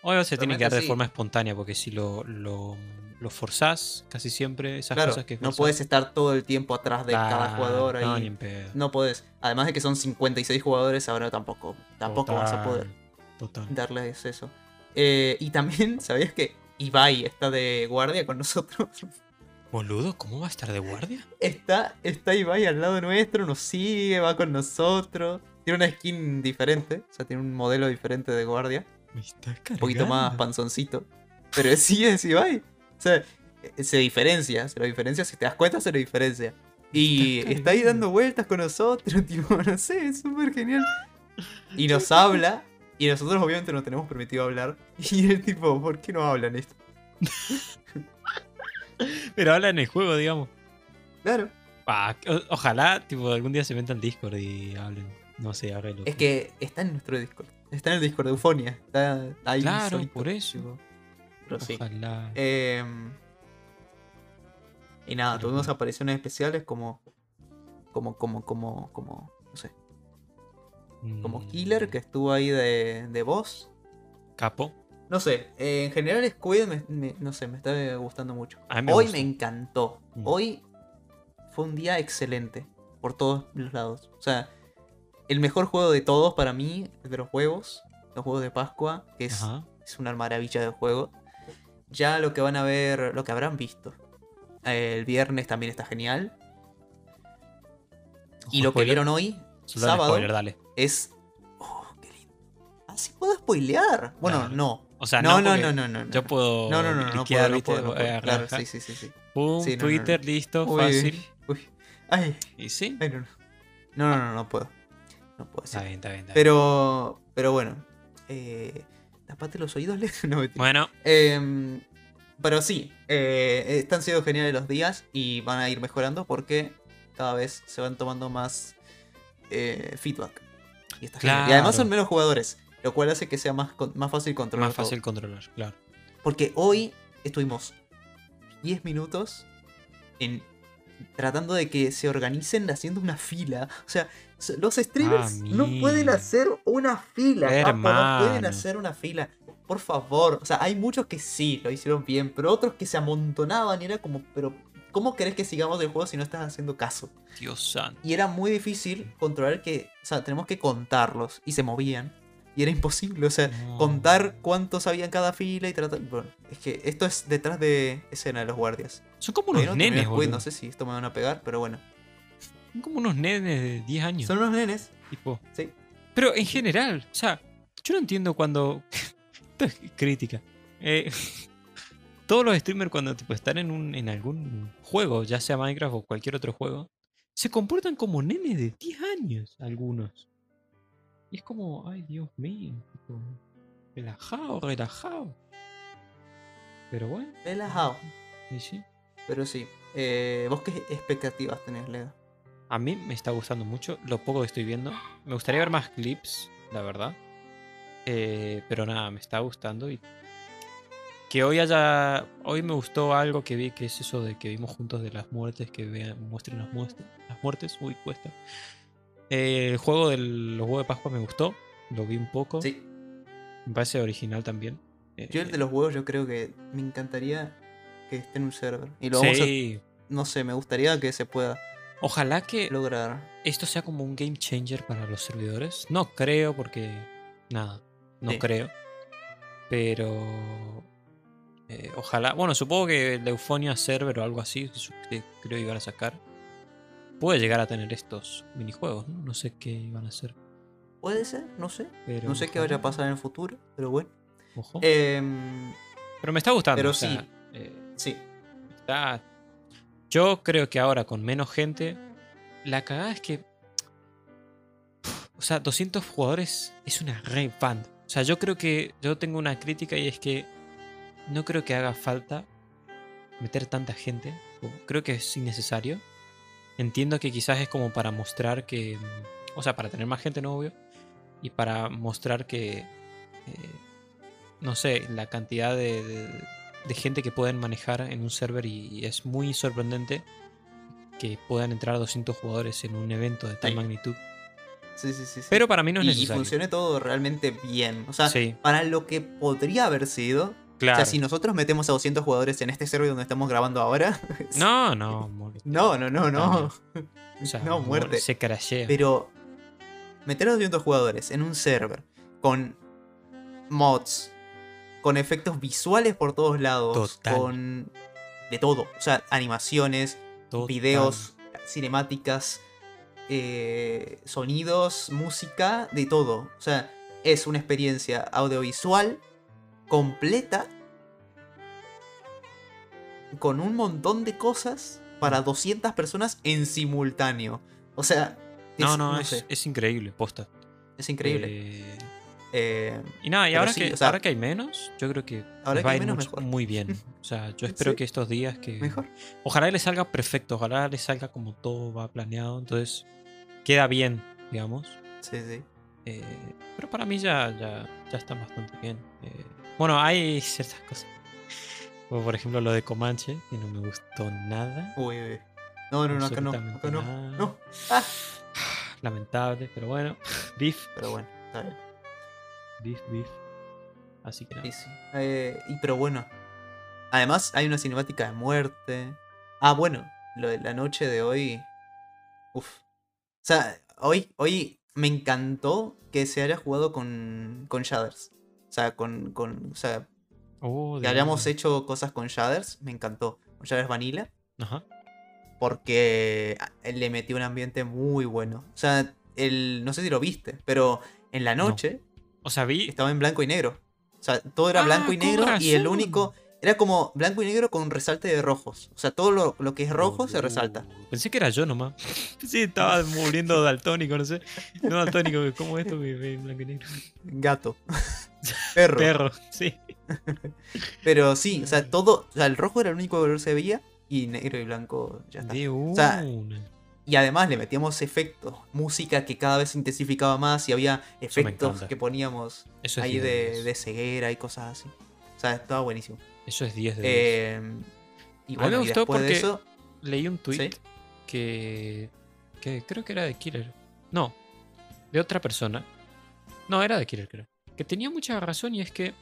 S2: Obvio se tiene que
S1: Realmente
S2: dar de
S1: sí.
S2: forma espontánea, porque si lo, lo, lo forzás, casi siempre esas
S1: claro.
S2: cosas que
S1: No
S2: forzás-
S1: puedes estar todo el tiempo atrás de cada
S2: Claro,
S1: jugador ahí.
S2: No, ni en pedo.
S1: No podés. Además de que son 56 jugadores, ahora tampoco, tampoco vas a
S2: Total,
S1: poder
S2: Total.
S1: darles eso. Eh, y también, ¿sabías que Ibai está de guardia con nosotros?
S2: Boludo, ¿cómo va a estar de guardia?
S1: Está, está Ibai al lado nuestro, nos sigue, va con nosotros. Tiene una skin diferente, o sea, tiene un modelo diferente de guardia.
S2: Me está
S1: Un poquito más panzoncito. Pero sí es Ibai. O sea, eh, se diferencia, se lo diferencia. Si te das cuenta, se lo diferencia. Y
S2: Estás
S1: está ahí
S2: cargando.
S1: dando vueltas con nosotros, tipo, no sé, es súper genial. Y nos habla, y nosotros obviamente no tenemos permitido hablar. Y el tipo, ¿por qué no hablan esto?
S2: Pero habla en el juego, digamos.
S1: Claro.
S2: Ah, o- ojalá, tipo, algún día se metan Discord y hablen. No sé, ahora
S1: Es que está en nuestro Discord. Está en el Discord de Eufonia. Está ahí
S2: Claro,
S1: solito.
S2: por eso.
S1: tipo. Pero sí.
S2: Ojalá.
S1: Em, y nada,
S2: Pero
S1: tuvimos
S2: bueno.
S1: apariciones especiales como. Como, como, como, como. No sé. Como
S2: Mm,
S1: Killer, que estuvo ahí de, de voz.
S2: Capo.
S1: No sé. eh, en general, Squid, me- me- no sé, me está gustando mucho.
S2: A mí me
S1: Hoy
S2: gusta.
S1: me encantó.
S2: Mm.
S1: Hoy fue un día excelente. Por todos los lados. O sea, el mejor juego de todos para mí, el de los juegos. Los juegos de Pascua, que es
S2: Ajá.
S1: es una maravilla de juego. Ya lo que van a ver, lo que habrán visto. eh, El viernes también está genial. Y
S2: Ojo,
S1: lo que
S2: spoiler.
S1: vieron hoy
S2: Solo dale
S1: sábado.
S2: spoiler, dale.
S1: es. Oh, qué lindo. ¿Así puedo spoilear? Bueno,
S2: Claro.
S1: no.
S2: Ah. O sea,
S1: no,
S2: no,
S1: no,
S2: porque
S1: no, no, no, no.
S2: Yo puedo.
S1: no, no, no, no, no puedo,
S2: cliquear,
S1: no
S2: ¿viste?
S1: puedo, no puedo.
S2: Eh,
S1: Claro,
S2: arrancar.
S1: sí, sí, sí, sí.
S2: Pum,
S1: Sí, no, no,
S2: Twitter,
S1: no.
S2: listo,
S1: Uy,
S2: fácil.
S1: uy. Ay,
S2: Y sí.
S1: ay, no, no. No, no, no, no puedo. No puedo
S2: Está
S1: decir.
S2: bien, está bien. Está bien.
S1: Pero. Pero bueno. Eh, tapate los oídos, Leo. No, mentira.
S2: Bueno,
S1: Em, pero sí, eh, están siendo geniales los días y van a ir mejorando porque cada vez se van tomando más eh, feedback. Y, está genial. Y además son
S2: Claro.
S1: menos jugadores, lo cual hace que sea más, con- más fácil controlar.
S2: más
S1: todo.
S2: fácil controlar, claro.
S1: Porque hoy estuvimos 10 minutos en tratando de que se organicen haciendo una fila. O sea, s- los streamers no
S2: Ah, mira.
S1: pueden hacer una fila. papá, no pueden
S2: Hermano.
S1: hacer una fila. Por favor. O sea, hay muchos que sí lo hicieron bien, pero otros que se amontonaban y era como, pero ¿cómo querés que sigamos el juego si no estás haciendo caso?
S2: Dios santo.
S1: Y era muy difícil controlar que, o sea, tenemos que contarlos y se movían. Y era imposible, o sea,
S2: No.
S1: contar cuántos había en cada fila y tratar. Bueno, es que esto es detrás de escena de los guardias.
S2: Son como
S1: Todavía
S2: unos
S1: no terminé
S2: nenes,
S1: el juego y
S2: boludo.
S1: no sé si esto me van a pegar, pero bueno.
S2: Son como unos nenes de 10 años.
S1: Son unos nenes.
S2: tipo.
S1: Sí.
S2: Pero en general, o sea, yo no entiendo cuando. Esto es crítica. Eh, todos los streamers, cuando tipo, están en, un, en algún juego, ya sea Minecraft o cualquier otro juego, se comportan como nenes de 10 años, algunos. Y es como, ay, Dios mío. tipo, relajado, relajado. Pero bueno,
S1: Relajado.
S2: y sí.
S1: Pero sí. Eh, ¿Vos qué expectativas tenés, Leo?
S2: A mí me está gustando mucho lo poco que estoy viendo. Me gustaría ver más clips, la verdad. Eh, pero nada, me está gustando y que hoy haya hoy me gustó algo que vi que es eso de que vimos juntos de las muertes que vean, muestren las muertes, las muertes, uy, cuesta. Eh, el juego de los huevos de Pascua me gustó, lo vi un poco,
S1: Sí.
S2: me parece original también. Eh,
S1: Yo el de los huevos, yo creo que me encantaría que esté en un server. Y lo vamos a.
S2: Sí.
S1: No sé, me gustaría que se pueda
S2: Ojalá que
S1: lograr.
S2: esto sea como un game changer para los servidores. No creo porque nada, no
S1: Sí.
S2: creo. Pero eh, ojalá, bueno, supongo que el Eufonia Server o algo así que su- que creo iban a sacar puede llegar a tener estos minijuegos, no, No sé qué iban a hacer,
S1: Puede ser, no sé.
S2: pero Oh.
S1: No sé qué
S2: ojalá,
S1: vaya a pasar en el futuro, pero bueno.
S2: ojo.
S1: Em,
S2: pero me está gustando,
S1: pero
S2: o sea,
S1: sí.
S2: eh,
S1: sí.
S2: Está- Yo creo que ahora con menos gente. La cagada es que. O sea, 200 jugadores es una re banda. O sea, yo creo que. Yo tengo una crítica y es que. No creo que haga falta meter tanta gente. o Creo que es innecesario. Entiendo que quizás es como para mostrar que. O sea, para tener más gente, no obvio. Y para mostrar que. eh, no sé, la cantidad de, de- de gente que pueden manejar en un server. Y, y es muy sorprendente que puedan entrar 200 jugadores en un evento de tal
S1: Sí.
S2: magnitud.
S1: Sí, sí, sí. sí.
S2: Pero para mí no es
S1: y, y
S2: necesario.
S1: funcionó todo realmente bien. O sea,
S2: Sí,
S1: para lo que podría haber sido. O
S2: claro.
S1: sea, si nosotros metemos a 200 jugadores en este server donde estamos grabando ahora. es-
S2: No, no, muerte.
S1: No, no, no, no.
S2: O sea,
S1: no,
S2: mu-
S1: muerte.
S2: Se crashea.
S1: Pero meter a 200 jugadores en un server con mods, con efectos visuales por todos lados,
S2: Total.
S1: con de todo, o sea, animaciones,
S2: Total.
S1: videos, cinemáticas, eh, sonidos, música, de todo. O sea, es una experiencia audiovisual completa con un montón de cosas para 200 personas en simultáneo. O sea, es,
S2: No, no, es,
S1: sé,
S2: es increíble, posta.
S1: es increíble.
S2: Eh,
S1: Eh,
S2: y nada, y
S1: Pero
S2: ahora,
S1: sí,
S2: que,
S1: o sea,
S2: ahora que hay menos, yo creo que
S1: ahora
S2: les
S1: que
S2: va
S1: hay
S2: a ir
S1: menos,
S2: mucho-
S1: mejor.
S2: muy bien. O sea, yo espero
S1: Sí.
S2: que estos días que...
S1: mejor.
S2: Ojalá les salga perfecto, ojalá les salga como todo va planeado. Entonces, queda bien, digamos.
S1: Sí, sí.
S2: Eh, pero para mí ya, ya, ya está bastante bien. Eh, bueno, hay ciertas cosas. Como por ejemplo lo de Comanche, que no me gustó nada.
S1: Uy, uy. No, no, no, acá no. Acá
S2: Absolutamente
S1: no.
S2: nada.
S1: No. Ah.
S2: Lamentable, pero bueno. Beef,
S1: Pero bueno, está bien.
S2: beef, beef. Así que nada.
S1: Sí, sí. Eh, y pero bueno. Además hay una cinemática de muerte. Ah, bueno, lo de la noche de hoy. Uf. O sea, hoy, hoy me encantó que se haya jugado con, con shaders. O sea, con, con, o sea,
S2: Oh,
S1: que
S2: de
S1: hayamos
S2: una.
S1: hecho cosas con shaders, me encantó. Con shaders vanilla,
S2: Ajá.
S1: porque ah, le metió un ambiente muy bueno. O sea, el, no sé si lo viste, pero en la
S2: No.
S1: noche
S2: O sea, vi.
S1: estaba en blanco y negro. O sea, todo era
S2: Ah,
S1: blanco y
S2: con
S1: negro y el
S2: razón.
S1: único era como blanco y negro con resalte de rojos. O sea, todo lo, lo que es rojo se
S2: Boludo.
S1: resalta.
S2: Pensé que era yo nomás. Sí, estaba muriendo daltónico, no sé. No daltónico, ¿cómo es esto? que ve en blanco y negro?
S1: Gato. Perro.
S2: Perro, sí.
S1: Pero sí, o
S2: Mm.
S1: sea, todo. O sea, el rojo era el único color que se veía y negro y blanco ya está.
S2: De
S1: sea,
S2: una.
S1: Y además le metíamos efectos, música que cada vez se intensificaba más y había efectos
S2: encanta.
S1: que poníamos
S2: Eso es
S1: ahí
S2: 10 de
S1: de,
S2: 10.
S1: de ceguera y cosas así. O sea, estaba buenísimo.
S2: Eso es 10 de 10.
S1: Eh, y
S2: A mí
S1: bueno,
S2: me
S1: y
S2: gustó
S1: después de
S2: porque-
S1: eso.
S2: leí un tweet
S1: Sí.
S2: que, que creo que era de Killer. No, de otra persona. No, era de Killer, creo. Que tenía mucha razón y es que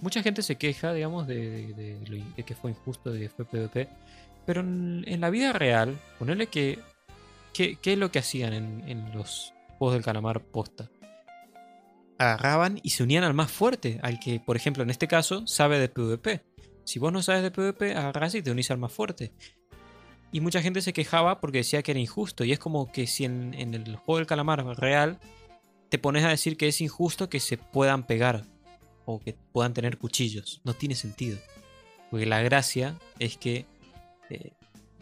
S2: mucha gente se queja, digamos, de, de- de lo in- de que fue injusto, de que fue PvP. Pero en, en la vida real, ponerle que, que- ¿Qué es lo que hacían en, en los juegos del calamar posta? Agarraban y se unían al más fuerte, al que, por ejemplo, en este caso, sabe de PvP. Si vos no sabes de PvP, agarrás y te unís al más fuerte. Y mucha gente se quejaba porque decía que era injusto. Y es como que si en, en el juego del calamar real te pones a decir que es injusto que se puedan pegar o que puedan tener cuchillos. No tiene sentido. Porque la gracia es que eh,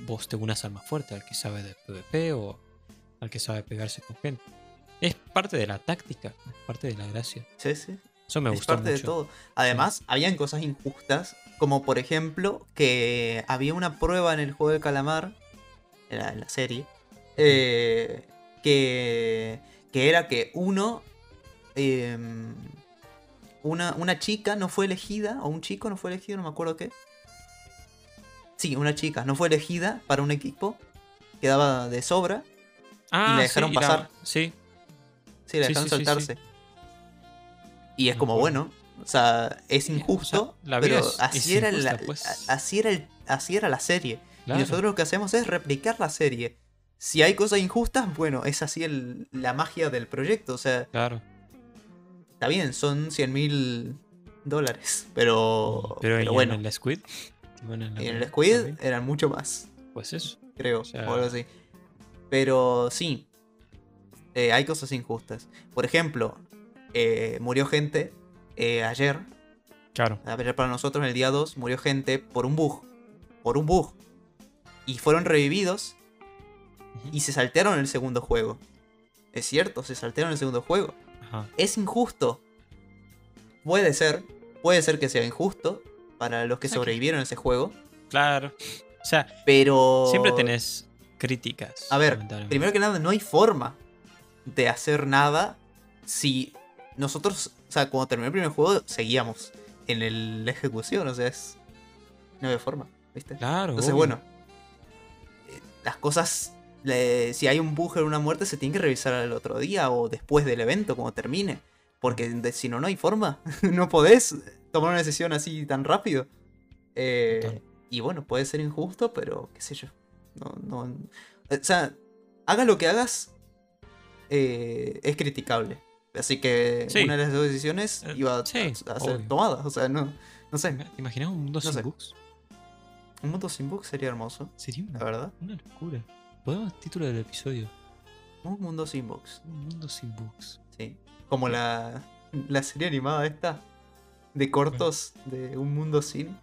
S2: vos te unas al más fuerte, al que sabe de PvP o al que sabe pegarse con gente. Es parte de la táctica, es parte de la gracia.
S1: Sí, sí.
S2: Eso me
S1: es
S2: gustó
S1: parte de
S2: mucho.
S1: todo. Además, habían cosas injustas, como por ejemplo que había una prueba en el juego del calamar, en la, en la serie, eh, que, que era que uno, eh, una, una chica no fue elegida, o un chico no fue elegido, no me acuerdo qué. Sí, una chica no fue elegida para un equipo, quedaba de sobra,
S2: Ah,
S1: la dejaron pasar.
S2: sí,
S1: Sí, la
S2: Sí,
S1: dejaron
S2: sí, sí, sí.
S1: soltarse. Y es
S2: Me
S1: como,
S2: acuerdo.
S1: bueno, o sea, es
S2: o sea,
S1: injusto,
S2: la vida
S1: pero
S2: es- es
S1: así, era la-
S2: injusta, pues.
S1: a- así, era el- así era la serie.
S2: claro.
S1: Y nosotros lo que hacemos es replicar la serie. Si hay cosas injustas, bueno, es así el- la magia del proyecto. O sea,
S2: claro.
S1: está bien, son 100 mil dólares, pero,
S2: Pero,
S1: Oh, pero
S2: ¿y
S1: bueno.
S2: en el Squid. Bueno,
S1: Y en
S2: la-
S1: el Squid
S2: también,
S1: eran mucho más.
S2: Pues eso.
S1: creo,
S2: O sea-
S1: o algo así. Pero sí, eh, hay cosas injustas. Por ejemplo, eh, murió gente eh, ayer,
S2: Claro.
S1: ayer para nosotros en el día 2, murió gente por un bug. Por un bug. Y fueron revividos y se saltearon el segundo juego. Es cierto, se saltearon el segundo juego.
S2: Ajá.
S1: Es injusto. Puede ser, puede ser que sea injusto para los que
S2: O sea que-
S1: sobrevivieron a ese juego,
S2: Claro. O sea,
S1: pero...
S2: siempre tenés críticas.
S1: A ver,
S2: lamentablemente.
S1: primero que nada, no hay forma de hacer nada si nosotros, o sea, cuando terminó el primer juego, seguíamos en el- la ejecución, o sea, es... No había forma, ¿viste?
S2: Claro.
S1: Entonces,
S2: obvio.
S1: bueno, eh, las cosas, le- si hay un bug o una muerte, se tiene que revisar al otro día o después del evento, cuando termine. Porque de- si no, no hay forma. no podés tomar una decisión así tan rápido. Eh,
S2: Total.
S1: y bueno, puede ser injusto, pero qué sé yo. No, no, o sea, hagas lo que hagas, eh, es criticable. Así que
S2: Sí.
S1: una de las dos decisiones
S2: Eh,
S1: iba a,
S2: sí,
S1: a- a ser
S2: obvio. Eh.
S1: tomada. O sea, no, no sé.
S2: ¿Te imaginas un mundo
S1: No
S2: sin
S1: sé.
S2: bugs?
S1: Un mundo sin bug sería hermoso,
S2: Sería
S1: la
S2: una,
S1: verdad.
S2: una locura. Podemos título del episodio.
S1: Un mundo sin bugs,
S2: Un mundo sin bugs.
S1: sí. Como la, la serie animada esta de cortos de Un mundo sin.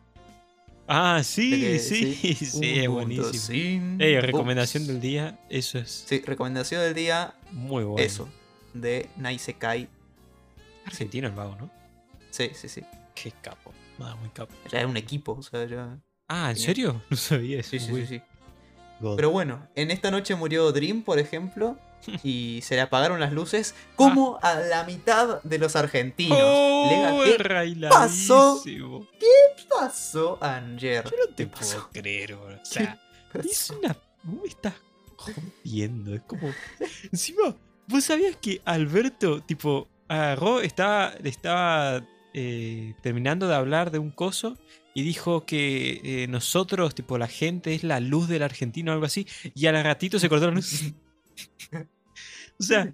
S2: Ah,
S1: de
S2: sí,
S1: que-
S2: sí, sí, es
S1: Un mundo
S2: buenísimo.
S1: sin
S2: Ey, recomendación
S1: bugs.
S2: del día, eso es
S1: Sí, recomendación del día,
S2: muy bueno.
S1: eso. De Naisekai.
S2: Argentino el vago, ¿no?
S1: Sí, sí, sí.
S2: Qué capo. Ah, muy capo.
S1: Ya es un equipo, o sea, ya.
S2: Ah, ¿en
S1: Genial.
S2: serio? No sabía eso.
S1: Sí, sí,
S2: güey.
S1: sí, sí.
S2: God.
S1: Pero bueno, en esta noche murió Dream, por ejemplo, y se le apagaron las luces, como a la mitad de los argentinos.
S2: Ah. ¡Oh,
S1: Lega, ¿Qué pasó?
S2: Yo
S1: pasó ayer?
S2: no te
S1: ¿Qué pasó?
S2: puedo creer, bro. O sea, es una... vos me estás jodiendo. Es como... Encima, ¿vos sabías que Alberto, tipo, agarró, estaba, estaba eh, terminando de hablar de un coso y dijo que eh, nosotros, tipo, la gente es la luz del argentino o algo así, y al ratito se cortaron. o sea,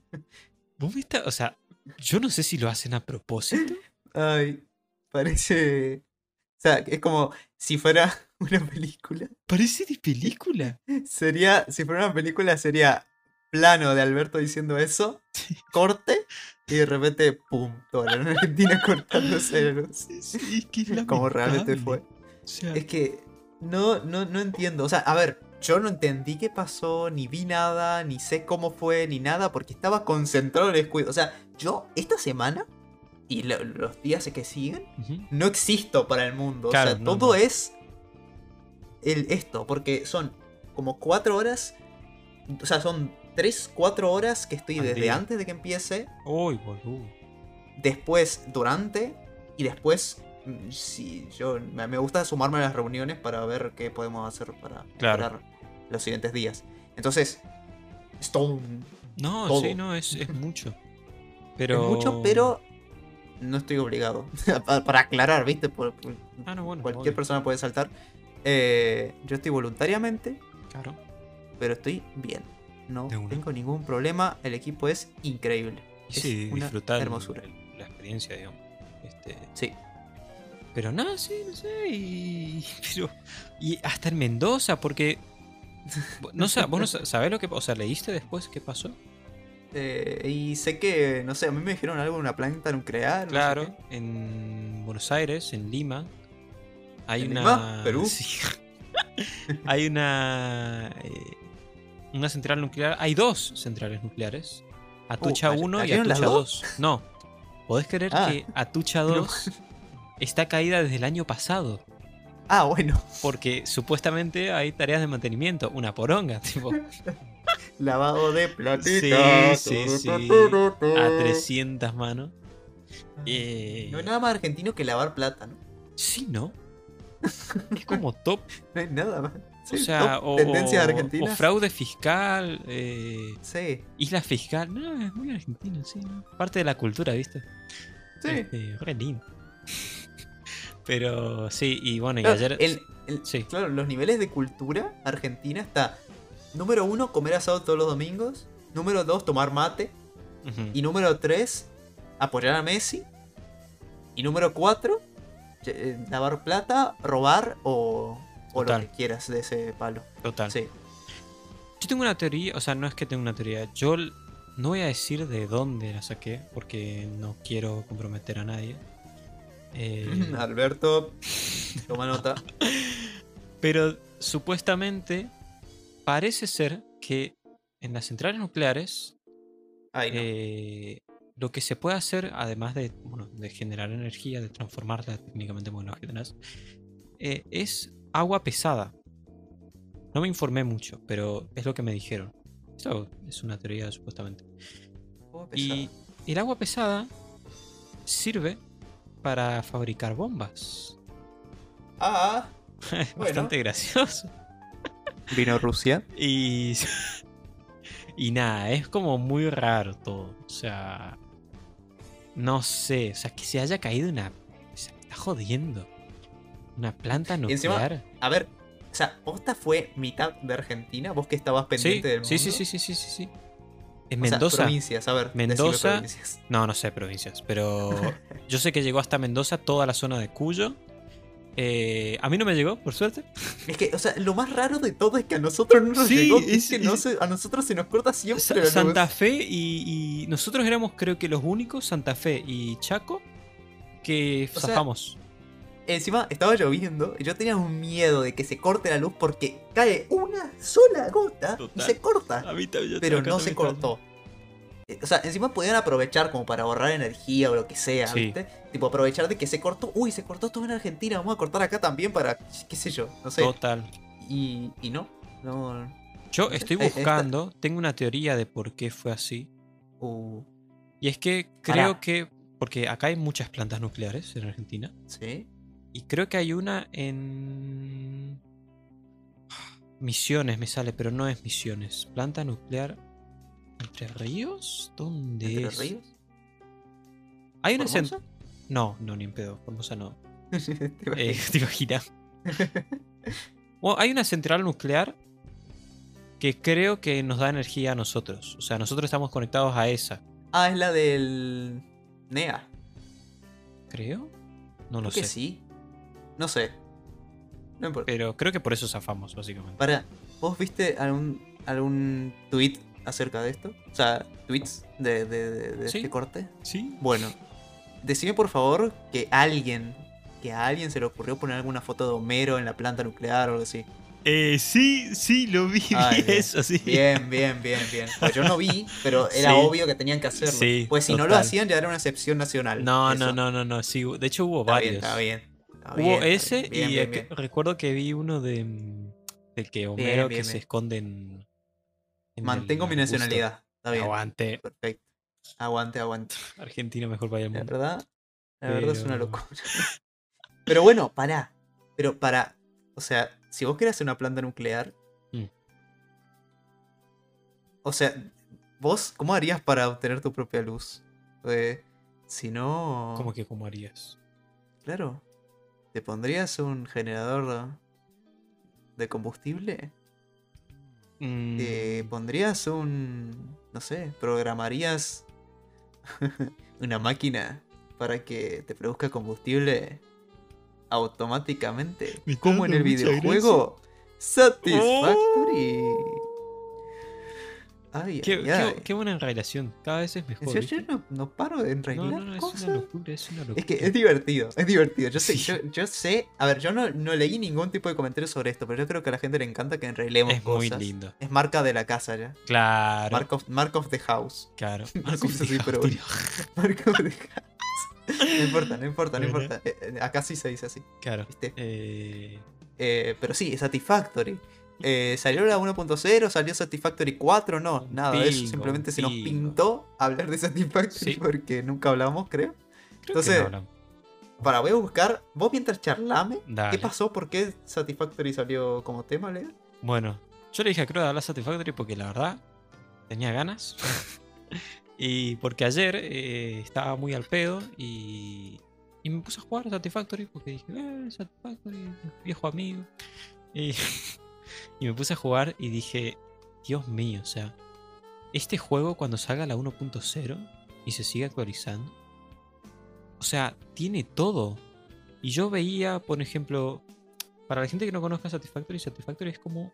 S2: vos me estás... O sea, yo no sé si lo hacen a propósito.
S1: Ay, parece. O sea, es como si fuera una película.
S2: Parece de película.
S1: Sería, si fuera una película, sería plano de Alberto diciendo eso, corte, y de repente, ¡pum! Toda la Argentina cortándose la luz.
S2: Sí, es que es
S1: Como realmente
S2: lamentable.
S1: fue.
S2: O sea,
S1: Es que no, no, no entiendo. O sea, a ver, yo no entendí qué pasó, ni vi nada, ni sé cómo fue, ni nada, porque estaba concentrado en el descuido. O sea, yo esta semana y lo- los días que siguen.
S2: ujú.
S1: no existo para el mundo. o
S2: Claro,
S1: sea,
S2: no,
S1: todo
S2: no.
S1: es el, esto, porque son como cuatro horas. O sea, son tres, cuatro horas que estoy
S2: Al
S1: desde
S2: día.
S1: antes de que empiece,
S2: Uy, boludo.
S1: después durante y después. mm, Si yo me me gusta sumarme a las reuniones para ver qué podemos hacer para
S2: Claro.
S1: mejorar los siguientes días. Entonces, Stone
S2: No,
S1: Todo.
S2: sí, no, es, es mucho. Pero.
S1: es mucho, pero no estoy obligado. Pa- para aclarar, ¿viste? Por- por-
S2: Ah, no, bueno.
S1: cualquier
S2: obvio,
S1: persona puede saltar. Eh, yo estoy voluntariamente,
S2: Claro.
S1: pero estoy bien. No
S2: De una.
S1: tengo ningún problema. El equipo es increíble.
S2: Y
S1: Es
S2: sí,
S1: una
S2: disfrutar
S1: hermosura.
S2: el- la experiencia, digamos. Este,
S1: Sí.
S2: pero nada, sí, no sé. Y, pero, y hasta en Mendoza, porque. No, sa- ¿Vos no sa- sabés lo que O sea, ¿leíste después qué pasó?
S1: Eh, y sé que, no sé, a mí me dijeron algo de una planta nuclear. no sé
S2: Claro,
S1: qué.
S2: en Buenos Aires, en Lima, hay
S1: ¿En
S2: una.
S1: Lima? ¿Perú?
S2: Sí. hay una. eh, una central nuclear. Hay dos centrales nucleares: Atucha
S1: ¿cay-
S2: 1 y
S1: Oh, cayeron las
S2: Atucha 2. No, podés creer
S1: Ah.
S2: que Atucha
S1: No.
S2: 2 está caída desde el año pasado.
S1: Ah, bueno,
S2: Porque supuestamente hay tareas de mantenimiento, una poronga, tipo,
S1: lavado de platita.
S2: Sí, sí, sí. a 300 manos. Eh,
S1: No hay nada más argentino que lavar plata, ¿no?
S2: Sí, ¿no? Es como top
S1: No hay nada más.
S2: O
S1: Sí,
S2: sea,
S1: top
S2: o,
S1: tendencias
S2: o-
S1: argentinas.
S2: o fraude fiscal, eh,
S1: Sí,
S2: isla fiscal. No, es muy argentino, sí. ¿no? Parte de la cultura, ¿viste?
S1: sí.
S2: Este, re lindo. Pero sí, y bueno, y
S1: Claro,
S2: ayer.
S1: el- el-
S2: sí.
S1: claro, los niveles de cultura argentina está. Número uno, comer asado todos los domingos. Número dos, tomar mate.
S2: Ujú.
S1: Y número tres, apoyar a Messi. Y número cuatro, ye- eh, lavar plata, robar o, o lo
S2: Total.
S1: que quieras de ese palo.
S2: Total.
S1: Sí.
S2: Yo tengo una teoría, o sea, no es que tenga una teoría. Yo l- no voy a decir de dónde la saqué, porque no quiero comprometer a nadie. Eh,
S1: Alberto, toma nota.
S2: Pero supuestamente parece ser que en las centrales nucleares
S1: Ay, no.
S2: Eh, lo que se puede hacer, además de, bueno, de generar energía, de transformarla técnicamente, bueno, generas, eh, es agua pesada. No me informé mucho, pero es lo que me dijeron. Esto es una teoría supuestamente.
S1: Agua
S2: Y
S1: pesada.
S2: el agua pesada sirve para fabricar bombas.
S1: Ah, Bueno.
S2: Es bastante gracioso.
S1: vino Rusia.
S2: Y. Y nada, es como muy raro todo. O sea. No sé. O sea, que se haya caído una. O sea, me está jodiendo. Una planta
S1: Y encima,
S2: nuclear.
S1: A ver, o sea, posta fue mitad de Argentina, vos que estabas
S2: Sí,
S1: pendiente del mundo.
S2: sí, sí, sí, sí, sí, sí, sí. En
S1: O sea,
S2: Mendoza.
S1: provincias, a ver, decime
S2: Mendoza,
S1: provincias.
S2: No, no sé provincias, pero yo sé que llegó hasta Mendoza, toda la zona de Cuyo. Eh, a mí no me llegó, por suerte.
S1: Es que, o sea, lo más raro de todo es que a nosotros no nos
S2: Sí,
S1: llegó, es,
S2: es-
S1: que no
S2: es-
S1: se- a nosotros se nos corta siempre
S2: Sa-
S1: la luz.
S2: Santa Fe y, y nosotros éramos creo que los únicos, Santa Fe y Chaco, que
S1: O sea,
S2: zafamos.
S1: Encima estaba lloviendo y yo tenía un miedo de que se corte la luz porque cae una sola gota y
S2: Total.
S1: se corta. Pero no se cortó. Eh, O sea, encima podían aprovechar como para ahorrar energía o lo que sea,
S2: Sí.
S1: ¿viste? Tipo, aprovechar de que se cortó. Uy, se cortó todo en Argentina, vamos a cortar acá también para, qué sé yo, no sé.
S2: Total.
S1: Y, y no, no.
S2: Yo estoy
S1: Eh, esta-
S2: buscando, tengo una teoría de por qué fue así.
S1: Uh,
S2: Y es que creo
S1: Pará.
S2: que, porque acá hay muchas plantas nucleares en Argentina.
S1: ¿Sí?
S2: Y creo que hay una en. Misiones me sale, pero no es Misiones. Planta nuclear. ¿Entre Ríos? ¿Dónde
S1: ¿Entre
S2: es?
S1: los ríos?
S2: Hay una en Cent-
S1: ¿Formosa?
S2: No, no, ni en pedo. Formosa no.
S1: Te
S2: Eh,
S1: imaginas.
S2: te imaginas. Bueno, hay una central nuclear que creo que nos da energía a nosotros. O sea, nosotros estamos conectados a esa.
S1: Ah, es la del. NEA.
S2: Creo. No lo
S1: Creo que
S2: sé. Eh.
S1: sí. No sé. No importa.
S2: Pero creo que por eso zafamos, básicamente.
S1: Para, ¿vos viste algún, algún tweet acerca de esto? O sea, tweets de, de- de- de
S2: Sí.
S1: este corte.
S2: Sí.
S1: Bueno, decime por favor que alguien, que a alguien se le ocurrió poner alguna foto de Homero en la planta nuclear o algo así.
S2: Eh, sí, sí, lo vi.
S1: Ay,
S2: vi
S1: bien.
S2: eso, sí.
S1: Bien, bien, bien, bien. Pues yo no vi, pero era
S2: Sí.
S1: obvio que tenían que hacerlo.
S2: Sí,
S1: pues si no lo
S2: total.
S1: hacían ya era una excepción nacional.
S2: No,
S1: Eso.
S2: no, no, no, no. Sí, hu- de hecho hubo
S1: Está
S2: varios.
S1: bien, está bien. Está
S2: hubo
S1: bien, está
S2: ese
S1: bien, bien,
S2: y
S1: bien,
S2: eh, que-
S1: bien.
S2: recuerdo que vi uno de, mm, del que Homero que
S1: bien,
S2: se
S1: bien.
S2: esconde en. en
S1: Mantengo
S2: el
S1: mi
S2: arbusto.
S1: nacionalidad. Está bien.
S2: Aguante.
S1: Perfecto. Aguante, aguante.
S2: Argentina mejor para el
S1: La
S2: mundo.
S1: verdad, la verdad es una
S2: Pero-
S1: locura. Pero bueno, pará. Pero para, o sea, si vos querés hacer una planta nuclear,
S2: Mm.
S1: o sea, vos, ¿cómo harías para obtener tu propia luz? Eh, si no,
S2: ¿Cómo que cómo harías?
S1: claro, te pondrías un generador de combustible,
S2: Mm,
S1: te eh, pondrías un, no sé, programarías una máquina para que te produzca combustible automáticamente,
S2: Me está
S1: como en
S2: dando
S1: el
S2: mucha gracia.
S1: videojuego Satisfactory. Ay,
S2: qué,
S1: ay,
S2: qué-
S1: ay.
S2: qué buena relación. Cada vez es mejor.
S1: En serio,
S2: ¿viste?
S1: yo no, no paro de
S2: No,
S1: enreglar
S2: no, no, es
S1: cosas.
S2: una locura, es una locura.
S1: Es que es divertido, es divertido. Yo sé,
S2: Sí.
S1: yo, yo sé. A ver, yo no, no leí ningún tipo de comentario sobre esto, pero yo creo que a la gente le encanta que enreglemos
S2: Es muy
S1: cosas.
S2: lindo.
S1: Es marca de la casa ya.
S2: Claro.
S1: Mark of, mark of the house.
S2: claro.
S1: sí, sí,
S2: Dijo,
S1: pero
S2: tío.
S1: Marca of the house. No importa, no importa, no
S2: Bueno.
S1: importa. Eh, eh, acá sí se dice así,
S2: Claro.
S1: ¿viste?
S2: Eh,
S1: Eh, pero sí, Satisfactory. Eh, ¿Salió la 1.0? ¿Salió Satisfactory 4? No, nada de eso.
S2: Bingo,
S1: Simplemente se nos
S2: bingo.
S1: pintó hablar de Satisfactory
S2: Sí.
S1: porque nunca hablamos, creo.
S2: creo
S1: Entonces,
S2: que no hablamos.
S1: Para, voy a buscar. Vos mientras charlame, ¿qué
S2: Dale.
S1: pasó? ¿Por qué Satisfactory salió como tema, Leo?
S2: Bueno, yo le dije a Croda de hablar Satisfactory porque la verdad tenía ganas. y porque ayer eh, estaba muy al pedo y, y me puse a jugar a Satisfactory porque dije, eh, Satisfactory, viejo amigo. Y, y me puse a jugar y dije, Dios mío, o sea, este juego cuando salga la 1.0 y se sigue actualizando, o sea, tiene todo. Y yo veía, por ejemplo, para la gente que no conozca Satisfactory, Satisfactory es como.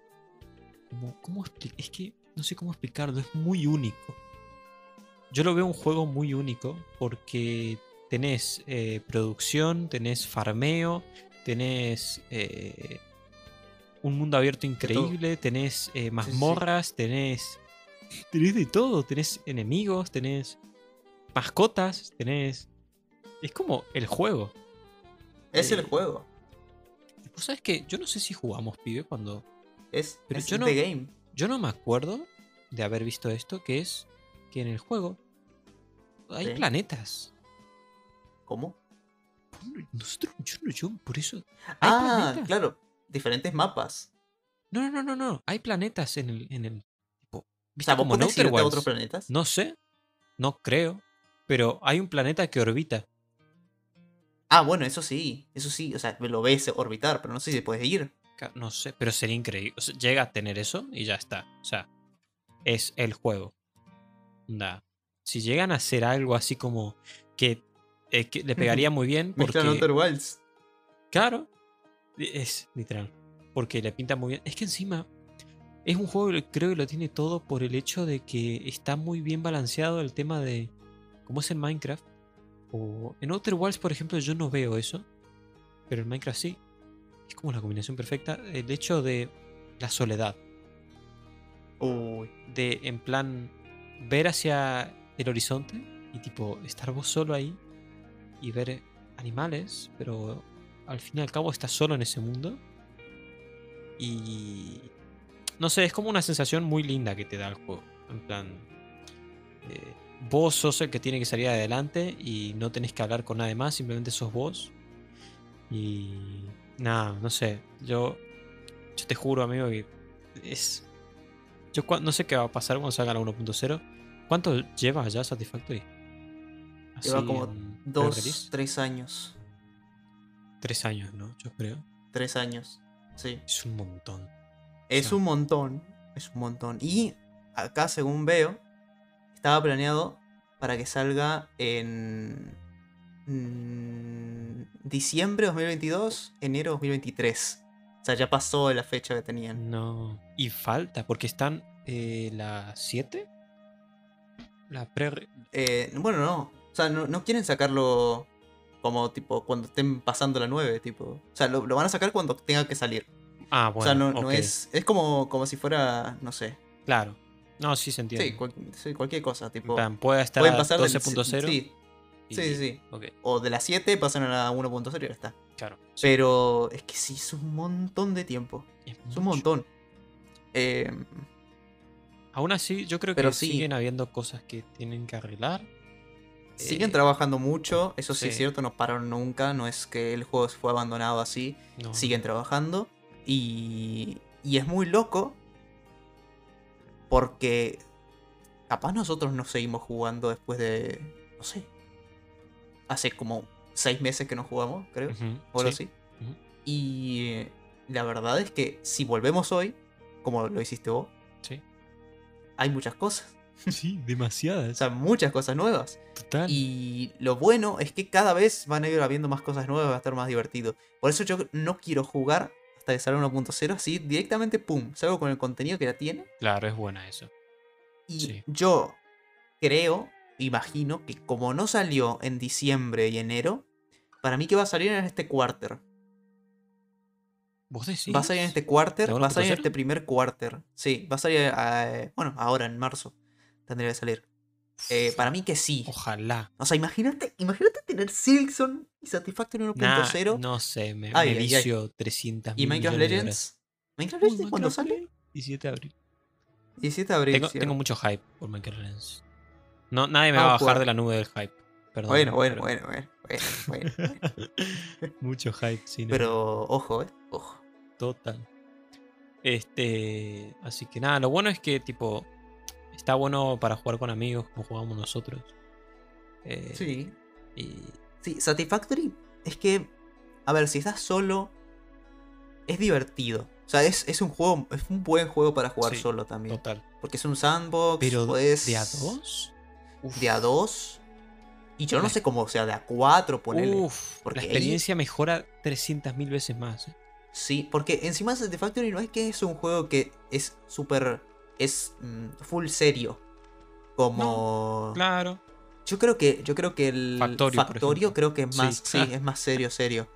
S2: como ¿cómo expli- es que no sé cómo explicarlo, es muy único. Yo lo veo un juego muy único porque tenés eh, producción, tenés farmeo, tenés eh, un mundo abierto increíble, tenés eh, mazmorras, tenés. Tenés de todo, tenés enemigos, tenés mascotas, tenés. Es como el juego.
S1: Es
S2: Eh,
S1: el juego.
S2: Vos sabés que yo no sé si jugamos, pibe, cuando
S1: Es,
S2: Pero
S1: es
S2: yo no-
S1: The Game.
S2: Yo no me acuerdo de haber visto esto, que es que en el juego hay
S1: Sí.
S2: planetas.
S1: ¿Cómo?
S2: Nosotros, yo no, yo, por eso. ¿Hay
S1: Ah,
S2: planetas?
S1: claro. Diferentes mapas.
S2: No, no, no, no. Hay planetas en el. En el tipo,
S1: O
S2: ¿viste
S1: sea, ¿vos
S2: como
S1: podés
S2: Outer
S1: irte a
S2: Wilds?
S1: otros planetas?
S2: No sé, no creo. Pero hay un planeta que orbita.
S1: Ah, bueno, eso sí. Eso sí. O sea, lo ves orbitar, pero no sé si puedes ir.
S2: Ca- No sé, pero sería increíble. O sea, llega a tener eso y ya está. O sea, es el juego. Nah. Si llegan a hacer algo así como que, eh, que le pegaría muy bien porque...
S1: Mezclan Outer Wilds.
S2: Claro. Es literal. Porque le pinta muy bien. Es que encima es un juego que creo que lo tiene todo por el hecho de que está muy bien balanceado el tema de cómo es en Minecraft. O en Outer Worlds, por ejemplo, yo no veo eso. Pero en Minecraft sí. Es como la combinación perfecta. El hecho de la soledad.
S1: Uy.
S2: De en plan ver hacia el horizonte y tipo estar vos solo ahí y ver animales, pero al fin y al cabo estás solo en ese mundo. Y no sé, es como una sensación muy linda que te da el juego. En plan, eh, vos sos el que tiene que salir adelante y no tenés que hablar con nadie más, simplemente sos vos. Y nada, no sé, yo, yo te juro, amigo, que es. Yo cua- no sé qué va a pasar cuando salga la 1.0. ¿Cuánto lleva ya Satisfactory?
S1: Lleva
S2: Así
S1: como
S2: en pre-release.
S1: Dos, tres años.
S2: Tres años, ¿no? Yo creo.
S1: Tres años. Sí.
S2: Es un montón.
S1: Es
S2: Sí.
S1: un montón, es un montón. Y acá, según veo, estaba planeado para que salga en mm, diciembre 2022, enero 2023. O sea, ya pasó la fecha que tenían.
S2: No. Y falta, porque están eh, la 7. La pre.
S1: Eh, bueno, no. O sea, no, no quieren sacarlo como tipo cuando estén pasando la 9, tipo. O sea, lo, lo van a sacar cuando tenga que salir.
S2: Ah, bueno.
S1: o sea, no, no
S2: ok,
S1: es. Es como, como si fuera, no sé.
S2: Claro. No, sí se entiende.
S1: Sí, cual- sí, cualquier cosa,
S2: En
S1: tipo.
S2: plan, puede estar
S1: pueden
S2: a
S1: pasar del-
S2: 12.0.
S1: Sí,
S2: y-
S1: sí, sí.
S2: Ok,
S1: o de las 7 pasan a la 1.0 y ya está.
S2: claro. sí,
S1: Pero es que sí, es un montón de tiempo.
S2: es
S1: Es
S2: mucho.
S1: un montón. Eh,
S2: Aún así, yo creo que
S1: Pero sí.
S2: siguen habiendo cosas que tienen que arreglar.
S1: siguen
S2: Eh,
S1: trabajando mucho, eso sí, es
S2: sí.
S1: cierto, no pararon nunca, no es que el juego fue abandonado así.
S2: No, no.
S1: Siguen trabajando y, y es muy loco porque capaz nosotros no seguimos jugando después de, no sé, hace como 6 meses que no jugamos, creo.
S2: Ujú,
S1: o algo
S2: sí,
S1: así.
S2: Ujú.
S1: Y eh, la verdad es que si volvemos hoy, como lo hiciste vos,
S2: Sí.
S1: hay muchas cosas.
S2: Sí,
S1: O
S2: demasiadas.
S1: sea, muchas cosas nuevas.
S2: total.
S1: Y lo bueno es que cada vez van a ir habiendo más cosas nuevas, va a estar más divertido. Por eso yo no quiero jugar hasta que salga 1.0, así directamente, pum, salgo con el contenido que ya tiene.
S2: Claro, es buena eso.
S1: Y
S2: Sí.
S1: yo creo, imagino, que como no salió en diciembre y enero, para mí que va a salir en este quarter.
S2: ¿Vos decís?
S1: Va a salir en este quarter,
S2: ¿La
S1: va a salir en
S2: 1.0?
S1: este primer quarter. Sí, va a salir, eh, bueno, ahora en marzo tendría que salir. Eh, para mí que sí.
S2: Ojalá.
S1: O sea, imagínate, imagínate tener Silkson y Satisfactory 1.0
S2: Nah, no sé, me,
S1: Ay,
S2: me
S1: ay, ay.
S2: vicio 300
S1: Ah, y Minecraft Legends. ¿Minecraft Legends cuándo sale?
S2: 17 de abril.
S1: 17 de abril.
S2: Tengo,
S1: sí.
S2: tengo mucho hype por Minecraft Legends. No, nadie me
S1: Ah,
S2: va a bajar
S1: jugar.
S2: de la nube del hype. Perdón.
S1: bueno, bueno,
S2: pero-
S1: bueno, bueno, bueno, bueno, bueno.
S2: mucho hype, sí. no,
S1: Pero ojo, eh. Ojo.
S2: Total. Este. Así que nada, lo bueno es que, tipo. Está bueno para jugar con amigos como jugamos nosotros. Eh,
S1: Sí.
S2: Y.
S1: Sí, Satisfactory es que, a ver, si estás solo, es divertido. O sea, es, es un juego, es un buen juego para jugar
S2: Sí,
S1: solo también.
S2: Total.
S1: Porque es un sandbox,
S2: Pero
S1: podés-
S2: de a dos. Uf.
S1: De a dos. Y yo no
S2: La-
S1: sé cómo, o sea, de a cuatro, ponele.
S2: Uf,
S1: Porque
S2: la
S1: ahí-
S2: experiencia mejora 300.000 veces más. ¿eh?
S1: Sí, porque encima de Satisfactory no es que es un juego que es súper. es mm, full serio. Como.
S2: Claro.
S1: Yo creo que. Yo creo que el
S2: Factorio, por ejemplo.
S1: creo que es
S2: Sí.
S1: más. Sí, es más serio, serio.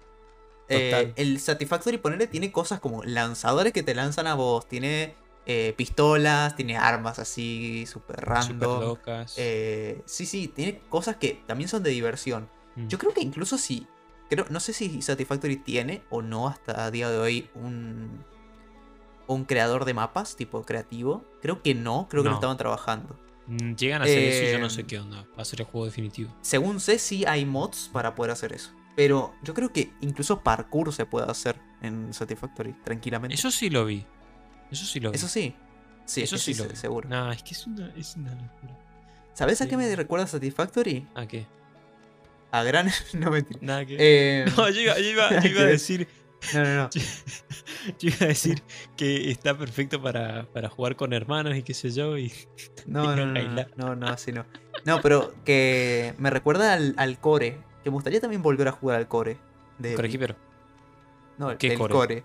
S2: Total.
S1: Eh, el Satisfactory, ponele, tiene cosas como lanzadores que te lanzan a vos. Tiene eh, pistolas, tiene armas así, súper
S2: Súper
S1: random.
S2: locas.
S1: Eh, sí, sí, tiene cosas que también son de diversión.
S2: Mm.
S1: Yo creo que incluso si. Creo, no sé si Satisfactory tiene o no hasta a día de hoy un. un creador de mapas, tipo creativo. Creo que no, creo que no,
S2: No.
S1: estaban trabajando.
S2: Mm, Llegan a hacer eso y yo
S1: Eh,
S2: no sé qué onda. Va a ser el juego definitivo.
S1: Según sé, sí hay mods para poder hacer eso. Pero yo creo que incluso parkour se puede hacer en Satisfactory, tranquilamente.
S2: Eso sí lo vi. Eso sí lo vi.
S1: Eso sí. Sí,
S2: Eso sí lo
S1: se-
S2: vi.
S1: seguro.
S2: Nah, es que es una, es una locura.
S1: ¿Sabes a
S2: sí.
S1: qué me recuerda Satisfactory?
S2: ¿A Ah, qué?
S1: A gran. no mentira.
S2: Nada que
S1: Eh,
S2: No, yo iba, yo iba-
S1: nada
S2: yo
S1: que
S2: iba a
S1: ver.
S2: decir.
S1: no, no, no.
S2: Yo iba a decir que está perfecto para, para jugar con hermanos y qué sé yo. Y...
S1: No, no, no,
S2: Quiero
S1: no,
S2: bailar.
S1: no, no, así no. No, pero que me recuerda al, al core. Que me gustaría también volver a jugar al core. De
S2: Corregí,
S1: Epic.
S2: pero.
S1: No, el
S2: ¿Qué
S1: del
S2: core?
S1: core?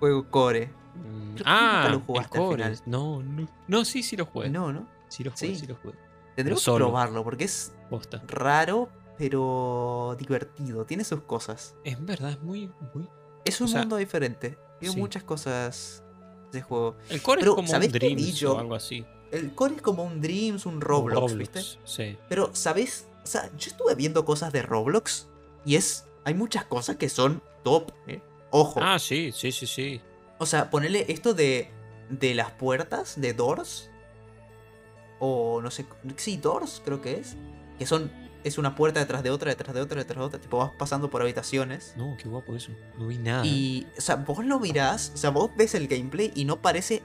S1: Juego core.
S2: Mm,
S1: Creo que
S2: Ah,
S1: nunca lo
S2: el
S1: jugaste al
S2: Core.
S1: final.
S2: No, no. No, sí, sí lo jugué.
S1: No, ¿no?
S2: Sí lo jugué,
S1: Sí.
S2: sí, lo jugué.
S1: Tendremos que
S2: solo.
S1: probarlo porque es
S2: Posta.
S1: raro, pero divertido. Tiene sus cosas.
S2: Es verdad, es muy. muy...
S1: Es un
S2: sea,
S1: mundo diferente. Tiene
S2: sí.
S1: muchas cosas de juego.
S2: El Core
S1: Pero,
S2: es como
S1: ¿sabés
S2: un
S1: qué
S2: Dream
S1: vi yo?
S2: o algo así.
S1: El core es como un Dreams, un
S2: Un
S1: Roblox, ¿viste?
S2: Roblox, Sí.
S1: Pero, ¿sabes? O sea, yo estuve viendo cosas de Roblox y es. Hay muchas cosas que son top, ¿eh? Ojo.
S2: Ah, sí, sí, sí, sí.
S1: O sea, ponerle esto de. de las puertas, de doors. O no sé. Sí, doors, creo que es. Que son. Es una puerta detrás de otra, detrás de otra, detrás de otra. Tipo, vas pasando por habitaciones.
S2: No, qué guapo eso. No vi nada. ¿eh?
S1: Y, o sea, vos lo mirás, o sea, vos ves el gameplay y no parece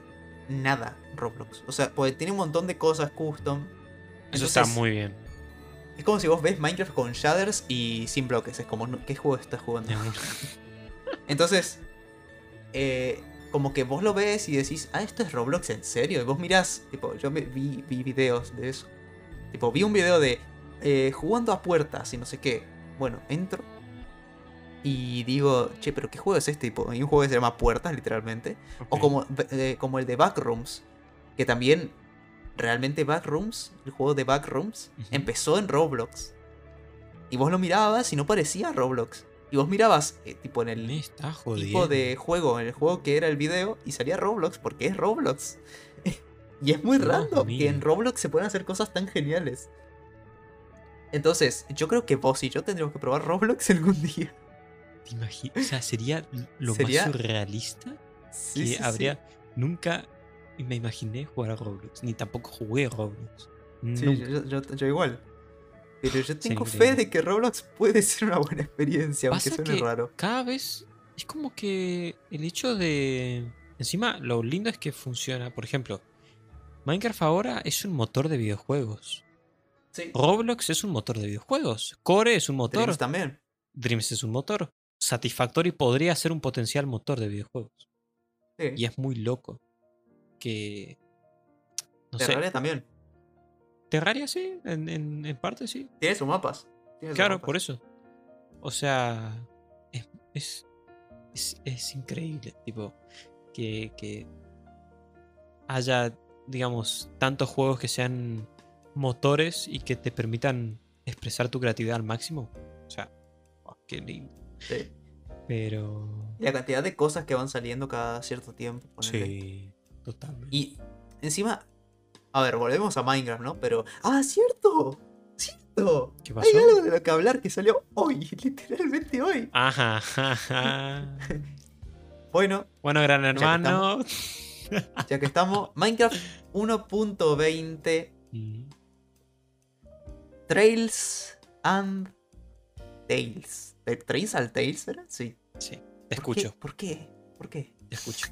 S1: nada Roblox. O sea, porque tiene un montón de cosas custom.
S2: Eso está
S1: Entonces,
S2: muy bien.
S1: Es como si vos ves Minecraft con shaders y sin bloques. Es como, no, ¿qué juego estás jugando?
S2: De una.
S1: Entonces, eh, como que vos lo ves y decís, ah, esto es Roblox, ¿en serio? Y vos mirás, tipo, yo me- vi, vi videos de eso. Tipo, vi un video de eh, jugando a puertas y no sé qué. Bueno, entro y digo, che, pero ¿qué juego es este? Tipo, hay un juego que se llama Puertas, literalmente. O
S2: Ok.
S1: como, eh, como el de Backrooms, que también realmente Backrooms, el juego de Backrooms,
S2: Ujú.
S1: empezó en Roblox. Y vos lo mirabas y no parecía Roblox. Y vos mirabas, eh, tipo, en
S2: Me
S1: el
S2: está
S1: tipo
S2: jodiendo.
S1: de juego, en el juego que era el video, y salía Roblox porque es Roblox. y es muy
S2: Dios
S1: random que en
S2: mío.
S1: Roblox se puedan hacer cosas tan geniales. Entonces, yo creo que vos y yo tendríamos que probar Roblox algún día.
S2: ¿Te imagi- O sea, sería lo
S1: Sería-
S2: más surrealista
S1: Sí,
S2: que
S1: sí, sí.
S2: habría. Nunca me imaginé jugar a Roblox. Ni tampoco jugué a Roblox.
S1: Sí,
S2: Nunca.
S1: yo, yo- yo- yo igual. Pero yo tengo fe
S2: increíble.
S1: de que Roblox puede ser una buena experiencia, aunque
S2: Pasa
S1: suene
S2: que-
S1: raro.
S2: Cada vez es como que el hecho de. Encima, lo lindo es que funciona. Por ejemplo, Minecraft ahora es un motor de videojuegos.
S1: Sí.
S2: Roblox es un motor de videojuegos. Core es un motor.
S1: Dreams también.
S2: Dreams es un motor. Satisfactory podría ser un potencial motor de videojuegos.
S1: Sí.
S2: Y es muy loco. Que. No
S1: Terraria
S2: sé.
S1: también.
S2: Terraria sí, en, en- en parte sí.
S1: Tiene sus mapas. Tiene sus
S2: Claro,
S1: mapas.
S2: por eso. O sea. Es, es, es- es increíble, tipo. Que, que haya, digamos, tantos juegos que sean motores y que te permitan expresar tu creatividad al máximo. O sea, oh, qué lindo.
S1: Sí.
S2: Pero.
S1: Y la cantidad de cosas que van saliendo cada cierto tiempo. ponele.
S2: Sí, totalmente.
S1: Y encima. A ver, volvemos a Minecraft, ¿no? Pero. ¡Ah, cierto! ¡Cierto!
S2: ¿Qué
S1: Hay
S2: pasó?
S1: algo de lo que hablar que salió hoy, literalmente hoy.
S2: Ajá, ajá.
S1: Bueno,
S2: Bueno, gran
S1: que
S2: hermano.
S1: ya que estamos. Minecraft 1.20
S2: Mm,
S1: Trails and Tales. ¿Tra- ¿Trails and Tales era? Sí.
S2: Sí, te
S1: ¿Por qué?
S2: escucho,
S1: ¿Por qué? ¿Por qué?
S2: te escucho.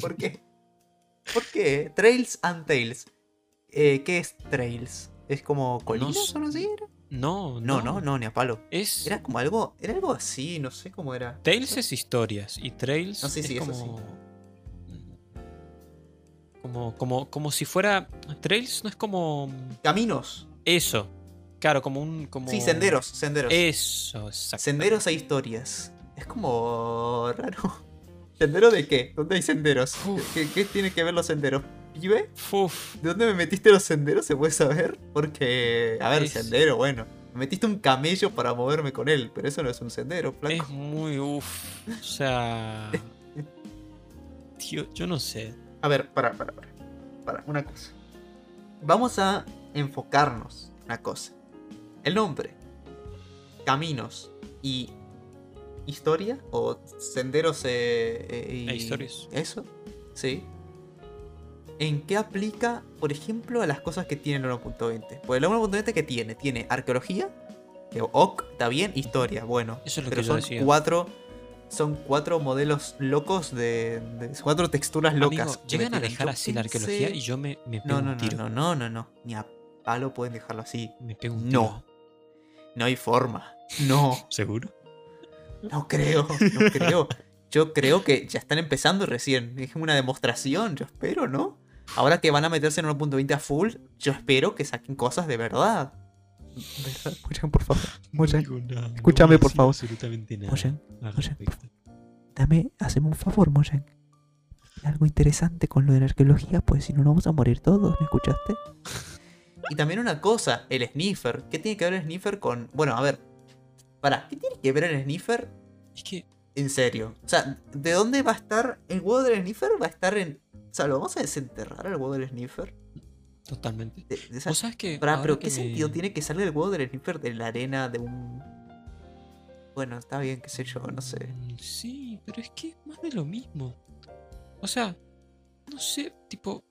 S1: ¿Por qué? ¿Por qué? Trails and Tales. Eh, ¿Qué es Trails? ¿Es como colinas
S2: sé.
S1: o no así? era?
S2: No,
S1: No, no, no, ni a palo.
S2: Es.
S1: Era como algo. Era algo así, no sé cómo era.
S2: Tales es historias y Trails
S1: No, sí, sí,
S2: es
S1: eso
S2: como...
S1: sí.
S2: como. Como. Como si fuera. Trails no es como.
S1: Caminos.
S2: Eso. Claro, como un. Como...
S1: Sí, senderos, senderos.
S2: Eso, exacto.
S1: Senderos e historias. Es como raro. ¿Sendero de qué? ¿Dónde hay senderos?
S2: Uf.
S1: ¿Qué, qué tiene que ver los senderos? ¿Pibe?
S2: Uf,
S1: ¿De dónde me metiste los senderos? ¿Se puede saber? Porque, a ver,
S2: Es-
S1: sendero, bueno. Me metiste un camello para moverme con él, pero eso no es un sendero, flaco.
S2: es muy. Uf. O sea. Tío, yo no sé.
S1: A ver, para, para, para. Para, una cosa. Vamos a enfocarnos en una cosa. El nombre. Caminos y historia o senderos eh, eh, y-
S2: E historias.
S1: Eso. ¿sí? ¿En qué aplica, por ejemplo, a las cosas que tiene el 1.20? Pues el 1.20 que tiene, tiene arqueología, que ok, está bien, historia, bueno.
S2: Eso es lo
S1: pero
S2: que yo
S1: son
S2: decía.
S1: cuatro. Son cuatro modelos locos de. de- cuatro texturas
S2: Amigo,
S1: locas. que
S2: llegan a
S1: metieron.
S2: dejar
S1: Yo
S2: así la
S1: pensé-
S2: arqueología y yo me, me pego
S1: No, no,
S2: un
S1: no,
S2: tiro.
S1: no, no, no, no. Ni a palo pueden dejarlo así.
S2: Me pego un
S1: No.
S2: tiro.
S1: No hay forma. No.
S2: ¿Seguro?
S1: No creo, no creo. Yo creo que ya están empezando recién. Es una demostración, yo espero, ¿no? Ahora que van a meterse en 1.20 a full, yo espero que saquen cosas de verdad. ¿Verdad? Moyan, por favor. Moyan,
S2: digo nada, no
S1: Escúchame,
S2: voy a
S1: por
S2: decir
S1: favor.
S2: Absolutamente nada.
S1: Moyan,
S2: al
S1: Moyan,
S2: respecto.
S1: dame, haceme un favor, Moyan. Algo interesante con lo de la arqueología, pues si no nos vamos a morir todos, ¿me escuchaste? Y también una cosa, el sniffer. ¿Qué tiene que ver el sniffer con...? Bueno, a ver. Pará, ¿qué tiene que ver el sniffer
S2: Es que
S1: En serio. O sea, ¿de dónde va a estar el huevo del sniffer? Va a estar en. O sea, ¿lo vamos a desenterrar al huevo del sniffer?
S2: totalmente.
S1: De- de esa-
S2: ¿Vos sabés que
S1: Pará,
S2: ahora
S1: pero ¿qué
S2: que me-
S1: sentido tiene que salga el huevo del sniffer de la arena de un. Bueno, está bien, qué sé yo, no sé.
S2: Mm, Sí, pero es que es más de lo mismo. O sea, no sé, tipo.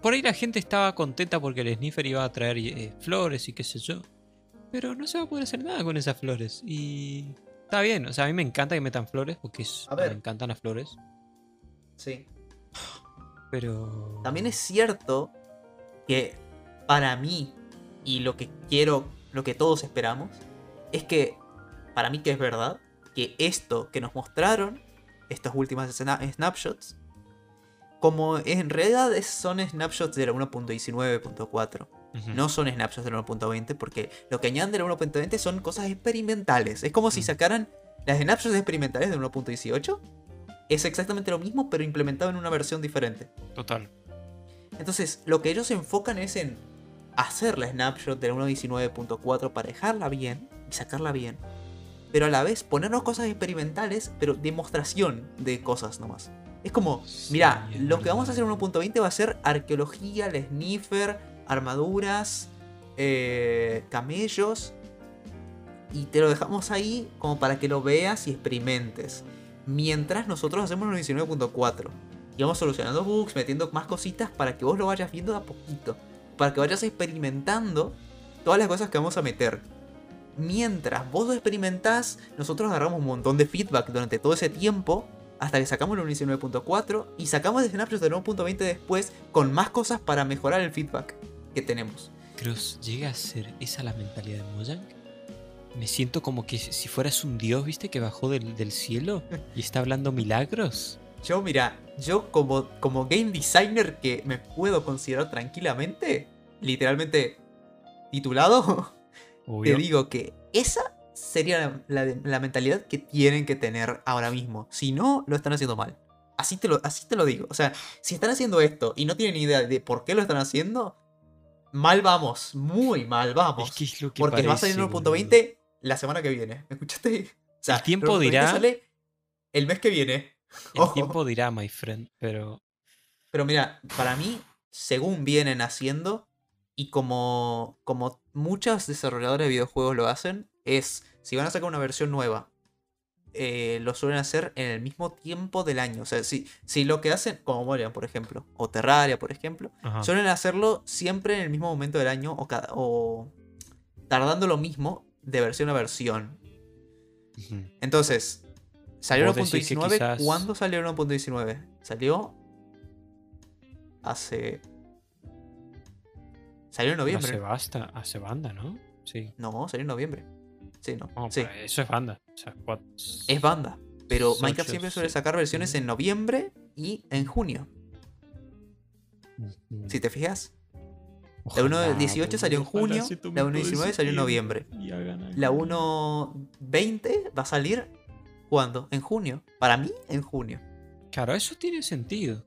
S2: Por ahí la gente estaba contenta porque el sniffer iba a traer eh, flores y qué sé yo. Pero no se va a poder hacer nada con esas flores. Y. Está bien, o sea, a mí me encanta que metan flores porque es-
S1: A ver.
S2: me encantan las flores.
S1: Sí.
S2: Pero.
S1: También es cierto que para mí, y lo que quiero, lo que todos esperamos, es que, para mí que es verdad, que esto que nos mostraron, estas últimas escena- snapshots, como en realidad es- son snapshots de la 1.19.4,
S2: Ujú.
S1: no son snapshots de la 1.20, porque lo que añaden de la 1.20 son cosas experimentales. Es como si
S2: Mm.
S1: sacaran las snapshots experimentales de la 1.18, es exactamente lo mismo, pero implementado en una versión diferente.
S2: Total.
S1: Entonces, lo que ellos se enfocan es en hacer la snapshot de la 1.19.4 para dejarla bien y sacarla bien, pero a la vez ponernos cosas experimentales, pero demostración de cosas nomás. Es como, mira,
S2: Sí, es
S1: lo que vamos a hacer en
S2: verdad.
S1: 1.20 va a ser arqueología, el sniffer, armaduras, eh, camellos, y te lo dejamos ahí como para que lo veas y experimentes. Mientras nosotros hacemos el 19.4 y vamos solucionando bugs, metiendo más cositas para que vos lo vayas viendo de a poquito, para que vayas experimentando todas las cosas que vamos a meter. Mientras vos lo experimentás, nosotros agarramos un montón de feedback durante todo ese tiempo hasta que sacamos el 19.4 y sacamos el snapshot del 1.20 después con más cosas para mejorar el feedback que tenemos.
S2: Cross, llega a ser esa la mentalidad de Mojang. Me siento como que si fueras un dios, ¿viste? Que bajó del, del cielo y está hablando milagros.
S1: Yo, mira, yo como, como game designer que me puedo considerar tranquilamente, literalmente titulado,
S2: Obvio.
S1: te digo que esa sería la, la de- la mentalidad que tienen que tener ahora mismo. Si no, lo están haciendo mal. Así te, lo, así te lo digo. O sea, si están haciendo esto y no tienen idea de por qué lo están haciendo, mal vamos. Muy mal vamos.
S2: Es que es lo que
S1: porque va a salir
S2: parece, boludo.
S1: 1.20 la semana que viene. ¿Me escuchaste? O sea,
S2: El tiempo
S1: 1.20
S2: dirá-
S1: sale el mes que viene.
S2: El
S1: Ojo.
S2: tiempo dirá, my friend, pero
S1: Pero mira, para mí, según vienen haciendo, y como, como muchos desarrolladores de videojuegos lo hacen, es, si van a sacar una versión nueva, eh, lo suelen hacer en el mismo tiempo del año. O sea, si, si lo que hacen, como Morian, por ejemplo, o Terraria, por ejemplo,
S2: Ajá.
S1: suelen hacerlo siempre en el mismo momento del año o, cada, o tardando lo mismo de versión a versión.
S2: Ujú.
S1: Entonces, salió
S2: Vos decís que
S1: 1.19.
S2: quizás-
S1: ¿Cuándo salió 1.19? Salió. Hace. Salió en noviembre.
S2: hace
S1: No,
S2: basta, hace banda, ¿no? Sí.
S1: salió en noviembre. Sí, no.
S2: No,
S1: sí.
S2: pero Oh, eso es banda. O sea, what-
S1: Es banda. Pero Minecraft
S2: Ocho,
S1: siempre suele
S2: sí.
S1: sacar versiones en noviembre y en junio.
S2: Ujú.
S1: Si te fijas, la
S2: Ojalá,
S1: 1.18 salió en
S2: boludo, ojalá
S1: junio,
S2: se tome
S1: la
S2: todo
S1: 1.19
S2: ese
S1: salió en
S2: tiempo
S1: noviembre.
S2: y hagan algo.
S1: La 1.20 va a salir. ¿Cuándo? En junio. Para mí, en junio.
S2: Claro, eso tiene sentido.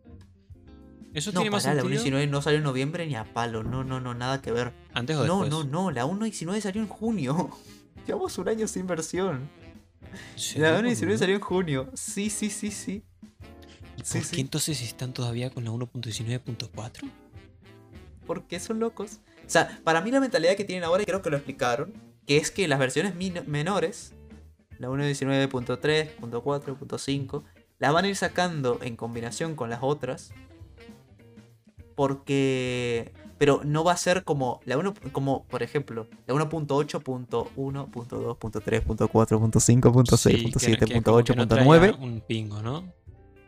S2: Eso
S1: No,
S2: tiene más
S1: pará, la
S2: sentido
S1: 1.19 no salió en noviembre ni a palo. No, no, no, nada que ver.
S2: antes o
S1: No,
S2: después.
S1: no, no, la 1.19 salió en junio. Llevamos un año sin versión.
S2: ¿En serio,
S1: La 1.19
S2: boludo?
S1: salió en junio. Sí, sí, sí, sí.
S2: ¿Y
S1: sí,
S2: por
S1: sí.
S2: qué entonces están todavía con la 1.19.4?
S1: Porque son locos. O sea, para mí la mentalidad que tienen ahora, y creo que lo explicaron, que es que las versiones min- menores, la 1.19.3, .4, .5, las van a ir sacando en combinación con las otras. Porque. Pero no va a ser como la 1, como por ejemplo, la 1.8.1.2.3.4.5.6.7.8.9.
S2: Un pingo, ¿no?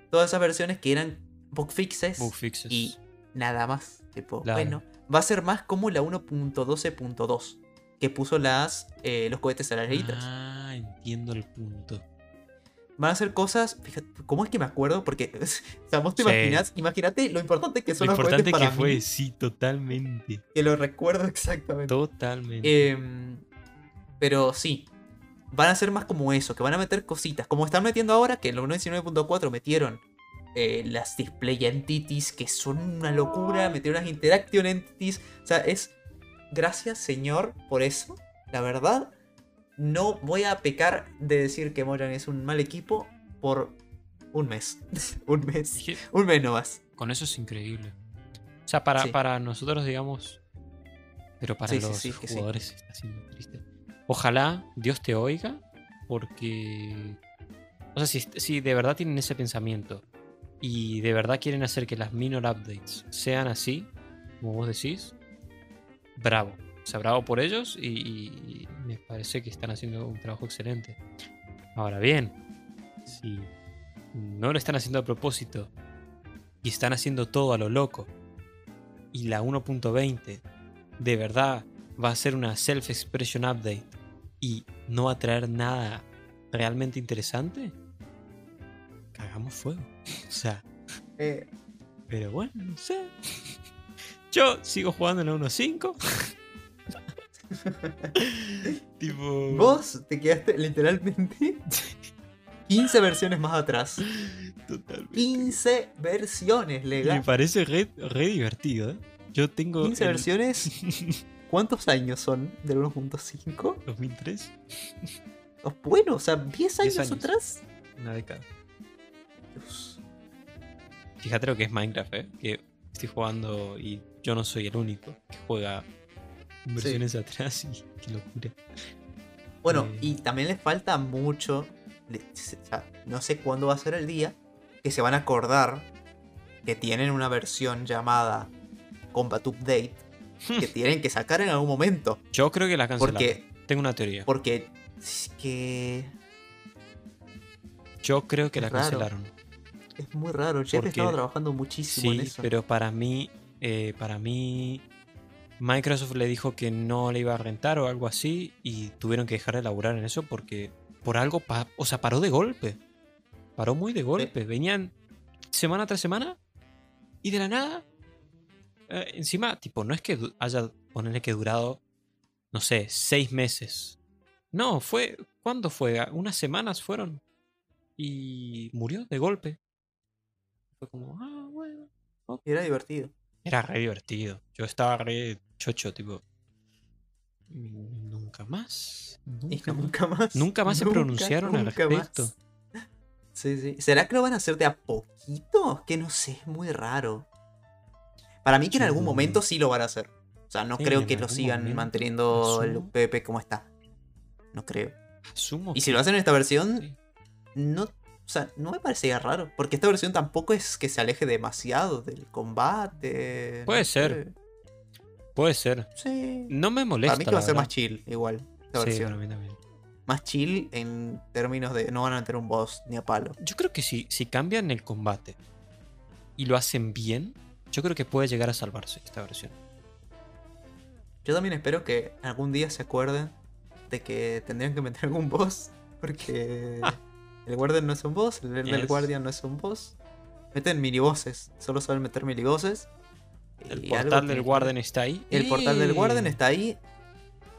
S1: todas esas versiones que eran bug fixes
S2: Bug fixes.
S1: y nada más. Tipo,
S2: Claro.
S1: bueno, va a ser más como la 1.12.2 que puso las, eh, los cohetes a las letritas.
S2: Ah, entiendo el punto.
S1: van a ser cosas. Fíjate, ¿cómo es que me acuerdo? Porque, o sea, vos te
S2: Sí.
S1: imaginás, imagínate lo importante que
S2: Lo
S1: son los
S2: importante
S1: cohetes
S2: que
S1: para
S2: fue,
S1: mí,
S2: sí, totalmente.
S1: que lo recuerdo exactamente.
S2: Totalmente.
S1: Em, pero sí, van a ser más como eso, que van a meter cositas. Como están metiendo ahora, que en la 1.19.4 metieron eh, las display entities, que son una locura, metieron las interaction entities. O sea, es. Gracias, señor, por eso. La verdad, no voy a pecar de decir que Moran es un mal equipo por un mes. un mes.
S2: Dije,
S1: Un mes no más.
S2: Con eso es increíble. O sea, para,
S1: Sí.
S2: para nosotros, digamos. Pero para
S1: Sí, sí,
S2: los
S1: sí, que sí.
S2: jugadores está siendo triste. Ojalá Dios te oiga, porque. O sea, si, si de verdad tienen ese pensamiento y de verdad quieren hacer que las minor updates sean así, como vos decís, bravo. O sea, bravo por ellos y, y- y me parece que están haciendo un trabajo excelente. Ahora bien, si no lo están haciendo a propósito y están haciendo todo a lo loco y la 1.20 de verdad va a ser una self-expression update y no va a traer nada realmente interesante, cagamos fuego. O sea,
S1: Eh,
S2: pero bueno, no sé. Yo sigo jugando en la 1.5. tipo.
S1: vos te quedaste literalmente 15 versiones más atrás.
S2: Totalmente.
S1: 15 versiones,
S2: Me
S1: Lega.
S2: parece re, re divertido, ¿eh? Yo tengo.
S1: 15
S2: el
S1: versiones. ¿Cuántos años son del 1.5?
S2: 2003,
S1: Oh, Bueno, o sea, 10 años,
S2: 10 años.
S1: atrás.
S2: una década.
S1: Dios.
S2: Fíjate lo que es Minecraft, ¿eh? Que estoy jugando y yo no soy el único que juega versiones atrás y qué locura.
S1: Bueno,
S2: Eh.
S1: y también les falta mucho. le- se- o sea, no sé cuándo va a ser el día que se van a acordar que tienen una versión llamada Combat Update que tienen que sacar en algún momento.
S2: Yo creo que la cancelaron.
S1: Porque,
S2: Tengo una teoría.
S1: porque es que
S2: Yo creo que
S1: Es
S2: la
S1: raro.
S2: cancelaron.
S1: es muy raro. Jeff
S2: Porque-
S1: estaba trabajando muchísimo en
S2: Sí,
S1: eso.
S2: pero para mí, eh, para mí, Microsoft le dijo que no le iba a rentar o algo así y tuvieron que dejar de laburar en eso porque por algo, pa- o sea, paró de golpe. Paró muy de golpe. Venían semana tras semana y de la nada. eh, encima, tipo, no es que du- haya, ponerle que durado, no sé, seis meses. No, fue, ¿cuándo fue? A- Unas semanas fueron. Y murió de golpe. Fue como, ah, bueno.
S1: Era divertido.
S2: Era re divertido. Yo estaba re chocho, tipo. "Mm, Nunca más.
S1: Y
S2: Nunca más.
S1: nunca más.
S2: Nunca más se pronunciaron al respecto.
S1: más. Sí, sí. ¿Será que lo van a hacer de a poquito? Que no sé, es muy raro. Para mí que en algún
S2: Mm.
S1: momento sí lo van a hacer. O sea, no
S2: Sí,
S1: creo
S2: en
S1: que lo
S2: algún
S1: sigan
S2: momento,
S1: manteniendo el
S2: asumo.
S1: PP como está. No creo.
S2: Asumo
S1: Y si
S2: que-
S1: lo hacen en esta versión,
S2: Sí.
S1: no, o sea, no me parecería raro. Porque esta versión tampoco es que se aleje demasiado del combate. no
S2: Puede ser. Puede ser.
S1: sé. Sí.
S2: No me molesta.
S1: Para mí que va a
S2: la
S1: ser más
S2: verdad.
S1: chill, igual. Esta
S2: Sí,
S1: versión.
S2: para mí también.
S1: Más chill en términos de no van a meter un boss ni a palo.
S2: Yo creo que si, si cambian el combate y lo hacen bien, yo creo que puede llegar a salvarse esta versión.
S1: Yo también espero que algún día se acuerden de que tendrían que meter algún boss. Porque el Guardian no es un boss, el del
S2: Es.
S1: Guardian no es un boss. Meten minibosses, solo saben meter minibosses.
S2: El
S1: y algo
S2: portal
S1: tiene
S2: del
S1: que-
S2: Warden está ahí.
S1: El portal del Guardian
S2: ¡Eh!
S1: está ahí.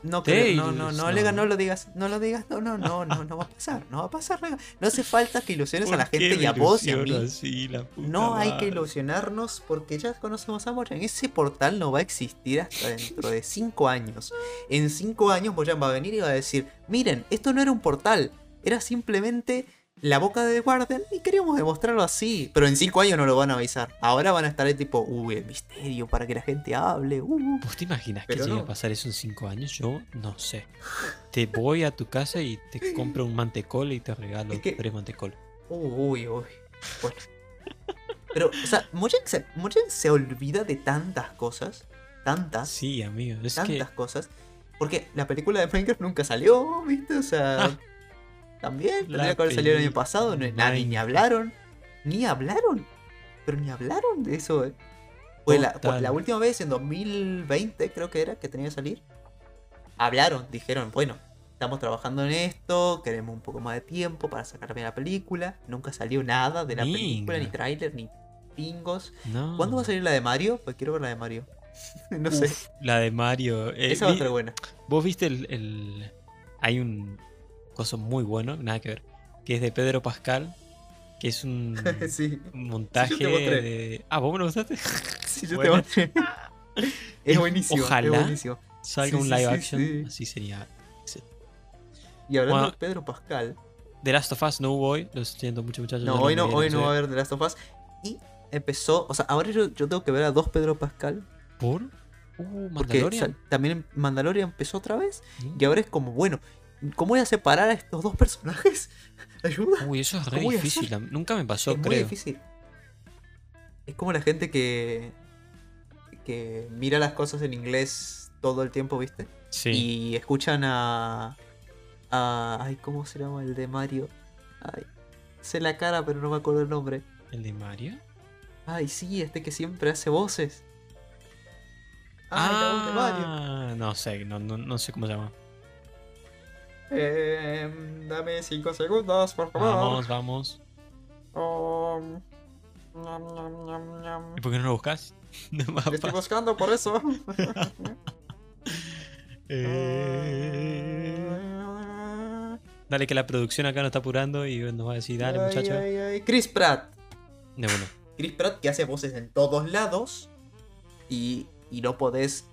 S1: No, creo, no, no,
S2: Tails,
S1: no,
S2: no.
S1: Lega, no lo digas, no lo digas, no, no, no, no, no va a pasar, no va a pasar, Lega. No hace falta que ilusiones a la
S2: ¿Por qué
S1: gente y
S2: me
S1: a vos y a mí.
S2: ilusiono así, la puta
S1: No hay que
S2: madre?
S1: ilusionarnos porque ya conocemos a Mojang. Ese portal no va a existir hasta dentro de 5 años. En 5 años Mojang va a venir y va a decir, miren, esto no era un portal, era simplemente la boca de Guardian y queríamos demostrarlo así. Pero en 5 años no lo van a avisar. Ahora van a estar el tipo, uy, el misterio para que la gente hable. uh".
S2: ¿Vos te imaginas
S1: Pero
S2: que llega
S1: no.
S2: a pasar eso en 5 años? Yo no sé. Te voy a tu casa y te compro un mantecol y te regalo
S1: Es que-
S2: tres mantecol.
S1: uh, Uy, uy. Bueno. Pero, o sea, Mojang se, Mojang se olvida de tantas cosas. Tantas.
S2: Sí, amigo. Es que.
S1: tantas cosas. Porque la película de Minecraft nunca salió, ¿viste? O sea.
S2: Ah.
S1: también
S2: La
S1: tendría que haber salido el año
S2: película
S1: pasado. No,
S2: de
S1: nadie ni
S2: Minecraft.
S1: hablaron. Ni hablaron. Pero ni hablaron de eso, eh. Fue la, fue
S2: Total.
S1: la última vez en 2020, creo que era, que tenía que salir. Hablaron, dijeron, bueno, estamos trabajando en esto, queremos un poco más de tiempo para sacar bien la película. Nunca salió nada de la
S2: Minga.
S1: película, ni tráiler, ni pingos.
S2: No.
S1: ¿Cuándo va a salir la de Mario? Pues quiero ver la de Mario. no sé.
S2: Ah. Uf, la de Mario. eh,
S1: Esa va a
S2: vi-
S1: estar buena.
S2: Vos viste el, el- Hay un. Cosa muy bueno, nada que ver. Que es de Pedro Pascal. Que es un.
S1: sí.
S2: un montaje
S1: Sí, yo te mostré.
S2: de. Ah, vos me lo gustaste.
S1: Sí, yo
S2: Bueno.
S1: te mostré. Es buenísimo.
S2: Ojalá.
S1: Es buenísimo.
S2: Salga
S1: Sí,
S2: un
S1: sí,
S2: live
S1: sí,
S2: action.
S1: sí.
S2: Así sería.
S1: Y hablando
S2: Bueno.
S1: de Pedro Pascal.
S2: The Last of Us no hubo hoy. Lo siento mucho, muchachos.
S1: No,
S2: ya
S1: hoy no,
S2: me
S1: hoy no va a
S2: sé.
S1: haber The Last of Us. Y empezó. O sea, ahora yo, yo tengo que ver a dos Pedro Pascal.
S2: ¿Por? Uh,
S1: Porque
S2: Mandalorian.
S1: sal- también Mandalorian empezó otra vez.
S2: Mm.
S1: Y ahora es como, bueno, ¿cómo voy a separar a estos dos personajes? Ayuda.
S2: Uy, eso es re
S1: ¿Cómo voy a
S2: difícil. am- Nunca me pasó,
S1: es muy
S2: creo.
S1: difícil. Es como la gente que. que mira las cosas en inglés todo el tiempo, ¿viste?
S2: Sí.
S1: Y escuchan a, a. Ay, ¿cómo se llama el de Mario? Ay, sé la cara, pero no me acuerdo el nombre.
S2: ¿El de Mario?
S1: Ay, sí, este que siempre hace voces. Ay, la voz de Mario.
S2: Ah, no sé, no, no, no sé cómo se llama.
S1: Em, dame cinco segundos, por favor.
S2: Vamos, vamos.
S1: Om, ñam, ñam, ñam, ñam.
S2: ¿Y por qué no lo buscas? No me
S1: Lo Estoy buscando por eso.
S2: Eh, Dale, que la producción acá nos está apurando y nos va a decir, dale,
S1: Ay,
S2: muchachos.
S1: ay, ay. Chris Pratt.
S2: De bueno.
S1: Chris Pratt que hace voces en todos lados y, y no podés,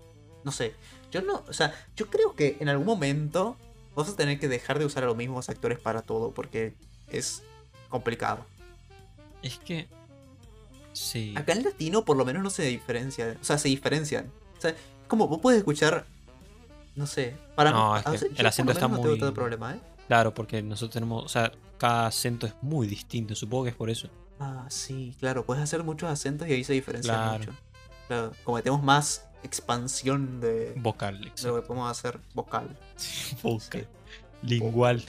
S1: no sé, yo no, o sea, yo creo que en algún momento vas a tener que dejar de usar a los mismos actores para todo porque es complicado.
S2: Es que. Sí.
S1: Acá en latino por lo menos no se diferencia, o sea, se diferencian. O sea, como vos puedes escuchar, no sé, para
S2: No,
S1: mí-
S2: es
S1: a
S2: que
S1: veces
S2: el
S1: yo por lo
S2: acento está
S1: menos no tengo
S2: muy-
S1: tanto problema, ¿eh?
S2: Claro, porque nosotros tenemos. O sea, cada acento es muy distinto. Supongo que es por eso.
S1: Ah, sí, claro, puedes hacer muchos acentos y ahí se diferencian
S2: Claro.
S1: mucho. Claro, como que tenemos más expansión de, de
S2: Vocal,
S1: lo
S2: exacto.
S1: que podemos hacer vocal.
S2: Vocal. Lingual.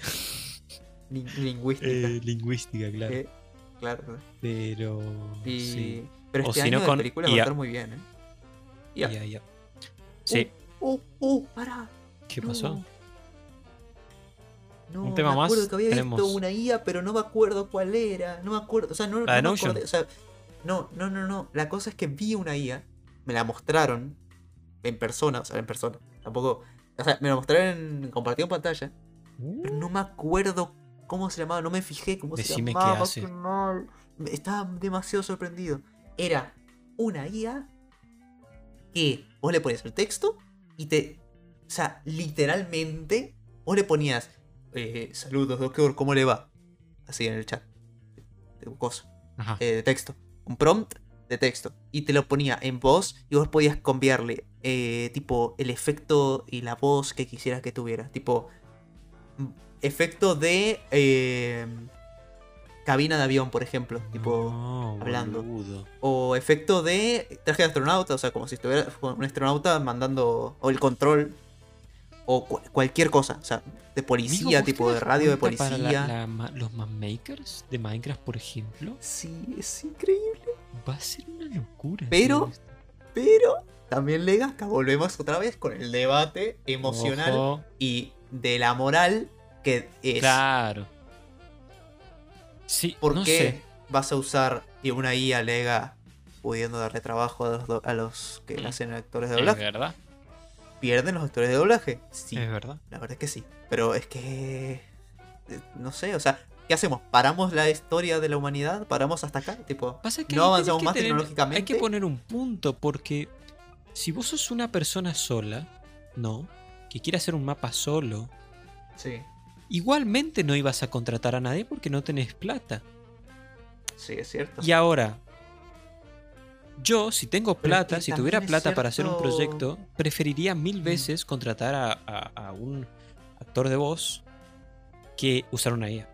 S1: Lin- lingüística.
S2: Eh, lingüística, claro.
S1: Eh, claro.
S2: Pero.
S1: Y-
S2: Sí.
S1: Pero
S2: O
S1: este
S2: si no
S1: año
S2: con
S1: de películas va
S2: IA.
S1: a estar muy bien, ¿eh? Ya.
S2: Ya, ya. Sí,
S1: ¡Oh, oh, para!
S2: ¿qué
S1: no.
S2: pasó?
S1: No,
S2: Un tema
S1: me acuerdo
S2: más,
S1: que había
S2: tenemos-
S1: visto una IA, pero no me acuerdo cuál era. No me acuerdo, o sea, no,
S2: La de
S1: no me
S2: Notion.
S1: acordé, o sea, no, no, no, no. La cosa es que vi una IA, me la mostraron en persona, o sea, en persona. Tampoco, o sea, me la mostraron en compartido en pantalla, pero no me acuerdo cómo se llamaba, no me fijé cómo
S2: Decime
S1: se
S2: qué
S1: llamaba.
S2: hace.
S1: qué mal. Me- Estaba demasiado sorprendido. Era una IA que vos le ponías el texto y te. O sea, literalmente, vos le ponías eh, saludos, doctor, ¿cómo le va? Así en el chat. De un coso,
S2: Ajá.
S1: eh, de texto. Un prompt de texto. Y te lo ponía en voz y vos podías cambiarle, eh, tipo, el efecto y la voz que quisieras que tuviera. Tipo, mm, efecto de eh, cabina de avión, por ejemplo. Tipo,
S2: No,
S1: hablando.
S2: boludo.
S1: o efecto de traje de astronauta, o sea, como si estuviera un astronauta mandando, o el control, o cu- cualquier cosa, o sea, de policía,
S2: Amigo, ¿vos
S1: tipo
S2: te
S1: de
S2: das
S1: radio de
S2: cuenta
S1: policía.
S2: para la- la ma- los mapmakers de Minecraft, por ejemplo,
S1: Sí, es increíble.
S2: va a ser una locura.
S1: Pero-
S2: hacer esto.
S1: Pero también le gasta, volvemos otra vez con el debate emocional
S2: Ojo.
S1: y de la moral que es.
S2: Claro. Sí,
S1: ¿Por
S2: no
S1: qué
S2: sé.
S1: vas a usar que una IA lega pudiendo darle trabajo a los, do- a los que
S2: Mm.
S1: hacen actores de
S2: Es
S1: doblaje?
S2: verdad.
S1: ¿Pierden los actores de doblaje? Sí,
S2: Es verdad.
S1: La verdad es que sí. Pero es que. eh, No sé, o sea, ¿qué hacemos? ¿Paramos la historia de la humanidad? ¿Paramos hasta acá? Tipo,
S2: Pasa que
S1: no
S2: ahí
S1: avanzamos
S2: tenés que
S1: más
S2: tener-
S1: tecnológicamente.
S2: Hay que poner un punto porque si vos sos una persona sola, no, que quiere hacer un mapa solo,
S1: Sí,
S2: igualmente no ibas a contratar a nadie porque no tenés plata.
S1: sí, es cierto.
S2: Y ahora, yo, si tengo
S1: Pero es
S2: plata,
S1: que
S2: si tuviera
S1: también es
S2: plata para hacer un
S1: cierto-
S2: proyecto, preferiría mil
S1: Mm.
S2: veces contratar a, a- a un actor de voz que usar una IA.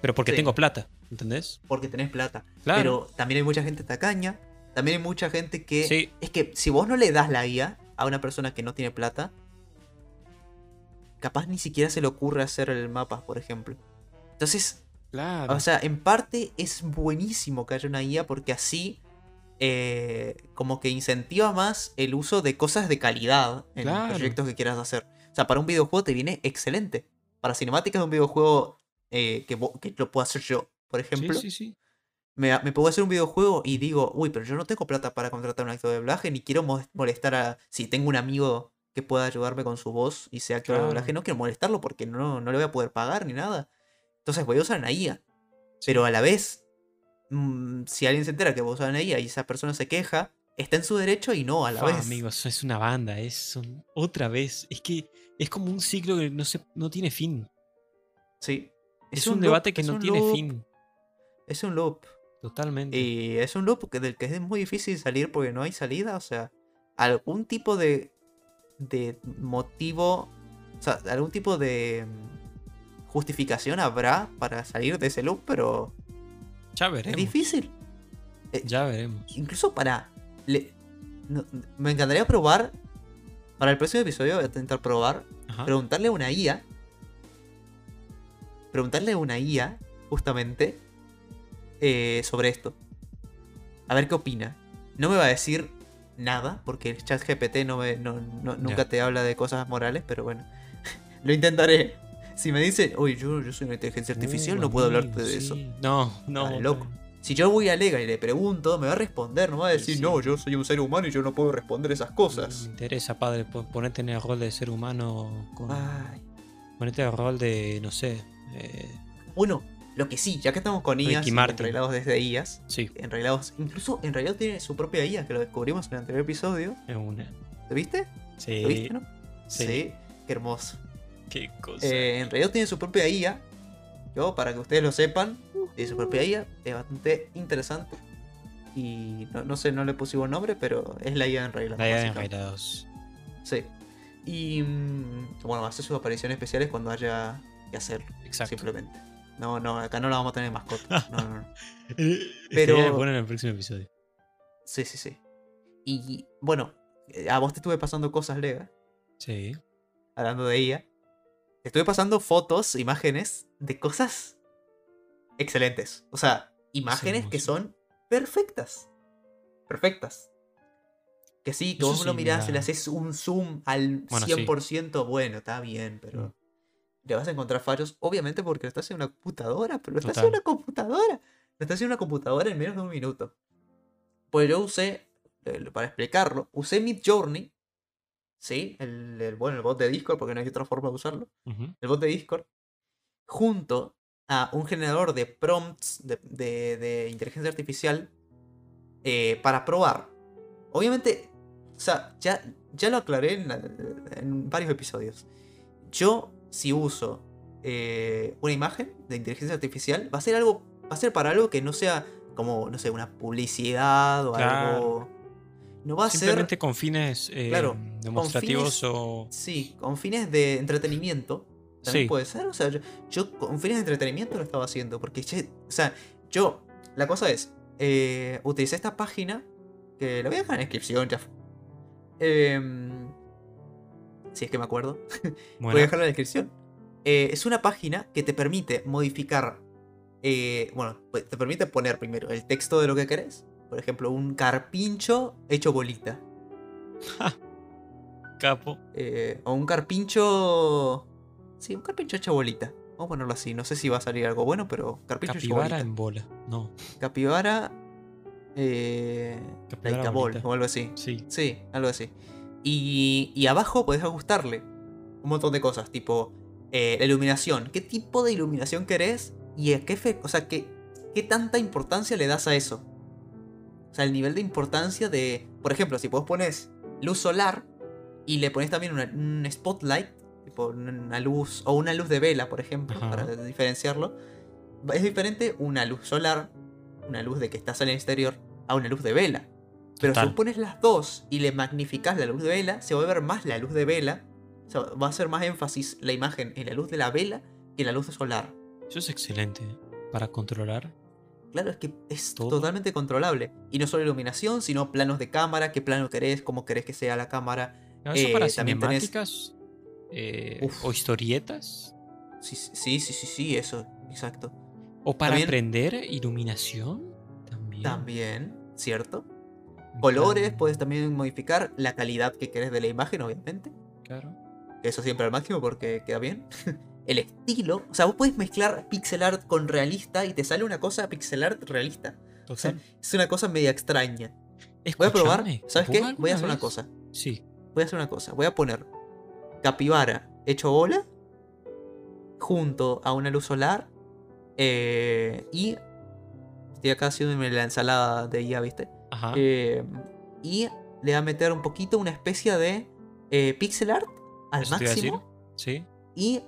S2: Pero porque
S1: Sí.
S2: tengo plata. ¿Entendés?
S1: porque tenés plata.
S2: Claro.
S1: Pero también hay mucha gente tacaña. También hay mucha gente que.
S2: Sí.
S1: Es que si vos no le das la guía a una persona que no tiene plata, capaz ni siquiera se le ocurre hacer el mapa, por ejemplo. Entonces,
S2: Claro.
S1: o sea, en parte es buenísimo que haya una guía porque así. eh, como que incentiva más el uso de cosas de calidad en
S2: Claro.
S1: proyectos que quieras hacer. O sea, para un videojuego te viene excelente. Para cinemáticas de un videojuego eh, que, vo- que lo puedo hacer yo, por ejemplo
S2: sí, sí, sí.
S1: me, me pongo a hacer un videojuego y digo, uy, pero yo no tengo plata para contratar un actor de doblaje, ni quiero mo- molestar a. Si tengo un amigo que pueda ayudarme con su voz y sea actor de
S2: Claro.
S1: doblaje, no quiero molestarlo porque no, no le voy a poder pagar ni nada. Entonces voy a usar una IA. Pero a la vez, mm, si alguien se entera que voy a usar una IA y esa persona se queja, está en su derecho y no a la
S2: Fa,
S1: vez.
S2: amigos, es una banda, es son- otra vez. Es que es como un ciclo que no, se, no tiene fin.
S1: Sí.
S2: Es, un,
S1: loop,
S2: debate que
S1: es
S2: no
S1: un
S2: tiene
S1: loop, Eh,
S2: fin.
S1: Es un loop.
S2: Totalmente.
S1: Y es un loop que- del que es muy difícil salir porque no hay salida. O sea, algún tipo de, de motivo, o sea, algún tipo de mm, justificación habrá para salir de ese loop, pero
S2: ya
S1: es
S2: veremos.
S1: difícil.
S2: Ya veremos.
S1: Incluso para... le- no- me encantaría probar, para el próximo episodio voy a intentar probar,
S2: Ajá.
S1: preguntarle a una IA, preguntarle a una IA, justamente, eh, sobre esto. A ver qué opina. No me va a decir nada, porque el chat GPT no me- no- no- nunca
S2: Ya.
S1: te habla de cosas morales, pero bueno, lo intentaré. Si me dice, oye, yo, yo soy una inteligencia artificial,
S2: Uh,
S1: no puedo
S2: amigo,
S1: hablarte de
S2: sí.
S1: eso.
S2: No, no.
S1: Dale,
S2: está
S1: loco.
S2: bien.
S1: Si yo voy a Lega y le pregunto, me va a responder, no me va a
S2: Sí,
S1: decir,
S2: sí.
S1: no, yo soy un ser humano y yo no puedo responder esas cosas.
S2: Me interesa, padre, po- ponerte en el rol de ser humano. Con,
S1: Ay.
S2: Ponerte en el rol de, no sé. eh,
S1: Bueno, lo que sí, ya que estamos con
S2: Ricky
S1: IAS, y
S2: Martin.
S1: enreglados desde IAS,
S2: sí,
S1: enreglados, incluso enreglado tiene su propia IA, que lo descubrimos en el anterior episodio.
S2: es una.
S1: ¿Lo viste?
S2: Sí.
S1: ¿Lo viste, no?
S2: Eh, sí.
S1: qué hermoso.
S2: Qué cosa.
S1: Eh, enreglado tiene su propia IA. Yo, para que ustedes lo sepan, tiene su propia IA, es bastante interesante. Y no, no sé, no le pusimos nombre, pero es la IA de enreglado.
S2: La idea de
S1: básicamente.
S2: Enredados.
S1: Sí. Y mm, bueno, va a hacer sus apariciones especiales cuando haya que hacerlo,
S2: Exacto.
S1: simplemente. No, no, acá no la vamos a tener de mascota. No, no, no. Pero-
S2: Pero. Bueno, en el próximo episodio.
S1: Sí, sí, sí. Y bueno, eh, a vos te estuve pasando cosas, Lega,
S2: Sí.
S1: hablando de ella. Te estuve pasando fotos, imágenes de cosas excelentes. O sea, imágenes que
S2: hermoso.
S1: son perfectas. Perfectas. Que sí, que
S2: Eso
S1: vos lo
S2: sí me
S1: mirás y le
S2: da-
S1: haces un zoom al
S2: Bueno, sí.
S1: 100%, bueno, está bien, pero le vas a encontrar fallos, obviamente porque lo estás en una computadora, pero lo estás en
S2: Total.
S1: una computadora. Lo estás en una computadora en menos de un minuto. Pues yo usé, eh, para explicarlo, usé Mid Journey, ¿sí? El, el- bueno, el bot de Discord, porque no hay otra forma de usarlo.
S2: Ujú.
S1: El bot de Discord, junto a un generador de prompts de, de- de inteligencia artificial eh, para probar. Obviamente, o sea, ya, ya lo aclaré en, la- en varios episodios. Yo, si uso eh, una imagen de inteligencia artificial, va a ser algo. Va a ser para algo que no sea como, no sé, una publicidad o
S2: Claro.
S1: algo. No va a ser.
S2: Simplemente con fines eh,
S1: Claro,
S2: demostrativos
S1: fines-
S2: o.
S1: Sí, con fines de entretenimiento. También
S2: Sí.
S1: puede ser. O sea, yo, yo con fines de entretenimiento lo estaba haciendo. Porque, che, o sea, yo, la cosa es, eh, utilicé esta página, que la voy a dejar en la descripción, ya. fue. Em, si es que me acuerdo. Voy a
S2: Bueno,
S1: dejar en la descripción. Eh, es una página que te permite modificar. eh, bueno, pues, te permite poner primero el texto de lo que querés. Por ejemplo, un carpincho hecho bolita.
S2: capo.
S1: Eh, o un carpincho. Sí, un carpincho hecho bolita. Vamos a ponerlo así. No sé si va a salir algo bueno, pero carpincho
S2: Capibara
S1: hecho bolita.
S2: en bola. No,
S1: Capibara. Eh,
S2: Capibara
S1: Laika Ball,
S2: bolita.
S1: o algo así.
S2: sí.
S1: Sí, algo así. Y, y abajo podés ajustarle un montón de cosas, tipo eh, la iluminación. ¿Qué tipo de iluminación querés? Y a qué fe- o sea, qué, qué tanta importancia le das a eso. O sea, el nivel de importancia de. Por ejemplo, si vos pones luz solar y le pones también una- un spotlight, tipo una luz. O una luz de vela, por ejemplo,
S2: Ajá.
S1: para diferenciarlo. Es diferente una luz solar, una luz de que estás en el exterior, a una luz de vela. Pero si
S2: Total.
S1: vos pones las dos y le magnificas la luz de vela, se va a ver más la luz de vela. O sea, va a hacer más énfasis la imagen en la luz de la vela que en la luz solar.
S2: Eso es excelente. para controlar.
S1: Claro, es que es
S2: Todo.
S1: totalmente controlable. Y no solo iluminación, sino planos de cámara, qué plano querés, cómo querés que sea la cámara.
S2: No, Eso
S1: Eh,
S2: para
S1: también tenés-
S2: cinemáticas eh,
S1: Uf.
S2: o historietas.
S1: Sí, sí, sí, sí, sí, eso, exacto.
S2: O para
S1: También-
S2: aprender iluminación. También.
S1: También, ¿cierto?
S2: En
S1: Colores,
S2: plan,
S1: puedes también modificar la calidad que querés de la imagen, obviamente.
S2: Claro.
S1: que Eso siempre al máximo porque queda bien. El estilo, o sea, vos podés mezclar pixel art con realista y te sale una cosa pixel art realista.
S2: Total.
S1: Es una cosa media extraña. Voy a probar,
S2: Escuchame,
S1: ¿sabes
S2: ¿vos
S1: qué? Voy
S2: alguna
S1: a hacer una
S2: vez-
S1: cosa.
S2: Sí.
S1: Voy a hacer una cosa. Voy a poner capibara hecho bola junto a una luz solar eh, y estoy acá haciéndome la ensalada de IA, ¿viste?
S2: Ajá.
S1: Eh, y le voy a meter un poquito una especie de eh, pixel art al
S2: Eso te iba a decir.
S1: máximo.
S2: Sí.
S1: Y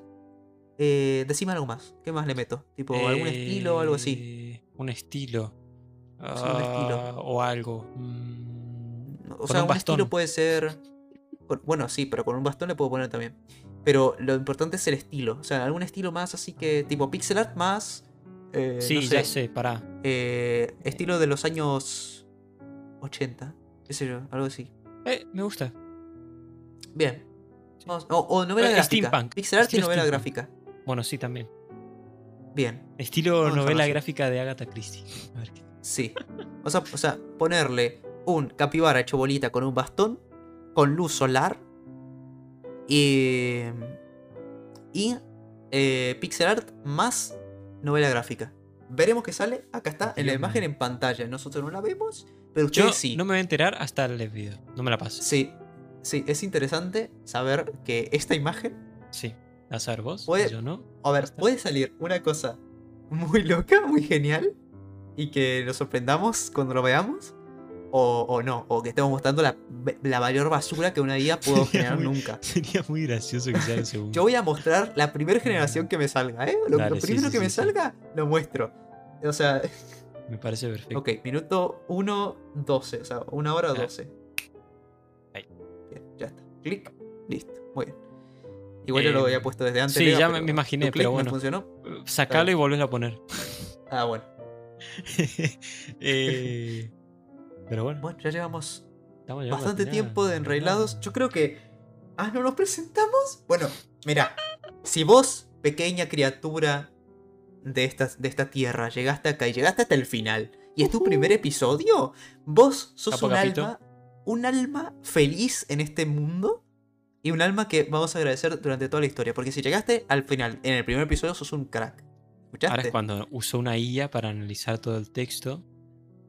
S1: eh, decime algo más. ¿Qué más le meto? Tipo, algún estilo o algo así.
S2: Eh, Un estilo.
S1: estilo.
S2: Ah, O algo. Mm,
S1: O
S2: con
S1: sea,
S2: un
S1: un,
S2: bastón.
S1: estilo puede ser. con- Bueno, sí, pero con un bastón le puedo poner también. Pero lo importante es el estilo. O sea, algún estilo más así que. Tipo pixel art más. eh,
S2: sí,
S1: no sé,
S2: ya sé, pará.
S1: eh, estilo de los años 80. Qué sé yo, algo así.
S2: Eh, me gusta.
S1: Bien. Vamos- o, o novela
S2: Eh,
S1: gráfica.
S2: steampunk,
S1: Pixel art y
S2: estilo
S1: novela
S2: steampunk.
S1: gráfica.
S2: Bueno, sí, también.
S1: Bien.
S2: Estilo
S1: Vamos a
S2: novela
S1: dejarlo
S2: gráfica de Agatha Christie. A ver qué-
S1: Sí. O sea, o sea, ponerle un capibara hecho bolita con un bastón, con luz solar y. y. eh, pixel art más novela gráfica. Veremos qué sale. Acá está en la
S2: Dios
S1: imagen
S2: mío.
S1: en pantalla. Nosotros no la vemos, pero ustedes
S2: Yo
S1: sí.
S2: no me voy a enterar hasta el video. No me la pases.
S1: Sí. Sí, es interesante saber que esta imagen.
S2: Sí. A saber vos.
S1: Puede-
S2: Yo no.
S1: A ver,
S2: Basta.
S1: puede salir una cosa muy loca, muy genial. Y que nos sorprendamos cuando lo veamos. O, o no, o que estemos mostrando la, la mayor basura que una IA pudo
S2: Sería
S1: generar
S2: muy-
S1: nunca.
S2: Sería muy gracioso que sea el segundo.
S1: Yo voy a mostrar la primera generación que me salga, ¿eh? Lo, lo
S2: Dale, sí,
S1: primero
S2: sí,
S1: que me
S2: sí, sí.
S1: salga, lo muestro. O sea,
S2: Me parece perfecto.
S1: ok, minuto 1, 12, o sea, una hora
S2: Ah.
S1: 12.
S2: Ahí.
S1: Bien, ya está. Clic, listo, muy bien. Igual yo lo
S2: Em,
S1: había puesto desde antes.
S2: sí,
S1: Leo,
S2: ya me-
S1: pero
S2: me imaginé,
S1: tu clic
S2: pero
S1: no
S2: bueno.
S1: funcionó.
S2: Eh, Sacalo y volvés a poner.
S1: Ah, bueno.
S2: Eh, pero bueno,
S1: Bueno, ya llevamos
S2: estamos llegando al
S1: bastante
S2: final,
S1: tiempo de
S2: al final.
S1: enrailados. Yo creo que. Ah, ¿no nos presentamos? Bueno, mira, si vos, pequeña criatura de esta, de esta tierra, llegaste acá y llegaste hasta el final, y es tu primer episodio, vos sos
S2: Capo
S1: un
S2: Capito.
S1: alma, un alma feliz en este mundo. Y un alma que vamos a agradecer durante toda la historia. Porque si llegaste al final, en el primer episodio, sos un crack. ¿Escuchaste?
S2: Ahora es cuando usó una IA para analizar todo el texto.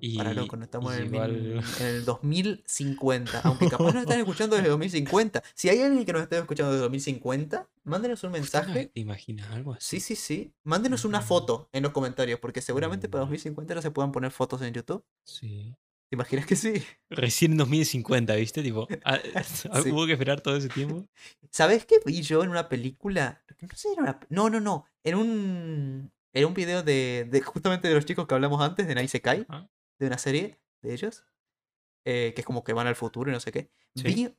S2: Y,
S1: Para loco, no estamos en el,
S2: y llegó al-
S1: mil- en el 2050. Aunque capaz nos están escuchando desde 2050. Si hay alguien que nos esté escuchando desde 2050, mándenos un mensaje.
S2: ¿Te imaginas algo así?
S1: Sí, sí, sí. Mándenos una foto en los comentarios, porque seguramente
S2: Mm.
S1: para 2050 no se puedan poner fotos en YouTube.
S2: Sí.
S1: ¿Te imaginas que sí?
S2: Recién en 2050, ¿viste? Tipo, ah,
S1: Sí.
S2: hubo que esperar todo ese tiempo.
S1: ¿Sabes qué vi yo en una película? No sé, era una- No, no, no. En un. En un video de, de justamente de los chicos que hablamos antes, de Naisekai.
S2: Ajá.
S1: de una serie de ellos, eh, que es como que van al futuro y no sé qué,
S2: Sí.
S1: vi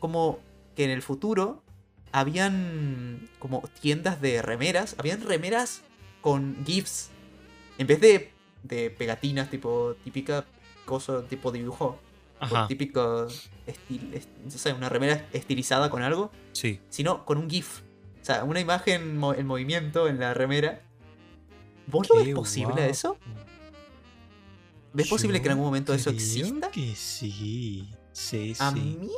S1: como que en el futuro habían como tiendas de remeras, habían remeras con GIFs, en vez de, de pegatinas tipo típica cosa, tipo dibujo, o
S2: Ajá.
S1: típico estil, est- no sé, una remera estilizada con algo,
S2: Sí.
S1: sino con un GIF. O sea, una imagen mo- en movimiento en la remera. ¿Vos lo
S2: Qué
S1: ves posible
S2: guapo.
S1: eso? ¿Ves posible que en
S2: Yo
S1: algún momento eso
S2: creo
S1: exista?
S2: Que sí. Sí,
S1: A
S2: sí.
S1: mí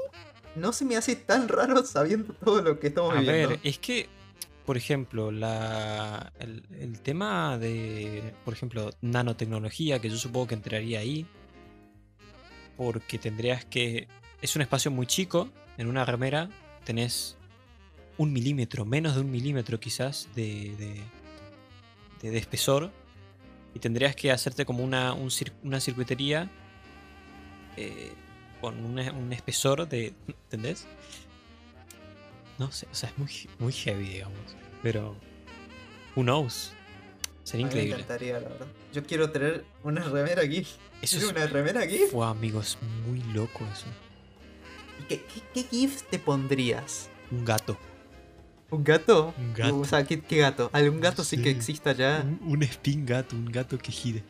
S1: no se me hace tan raro sabiendo todo lo que estamos
S2: A
S1: viviendo.
S2: ver, es que, por ejemplo, la, el, el tema de, por ejemplo, nanotecnología, que yo supongo que entraría ahí, porque tendrías que... Es un espacio muy chico, en una remera tenés un milímetro, menos de un milímetro quizás de, de, de- de espesor, y tendrías que hacerte como una, un cir- una circuitería eh, con una- un espesor de... ¿Entendés? No sé, o sea, es muy, muy heavy, digamos. Pero. Who knows? Sería
S1: A mí me
S2: increíble.
S1: encantaría, la verdad. Yo quiero tener una remera aquí.
S2: Eso
S1: Quiero
S2: es.
S1: una remera aquí.
S2: Fue, amigos, muy loco eso.
S1: ¿Qué, qué, qué GIF te pondrías?
S2: Un gato.
S1: ¿Un gato?
S2: Un gato.
S1: O sea, ¿qué, qué gato? ¿Algún gato sí, que
S2: Sí.
S1: exista ya?
S2: Un, un spin gato, un gato que gire.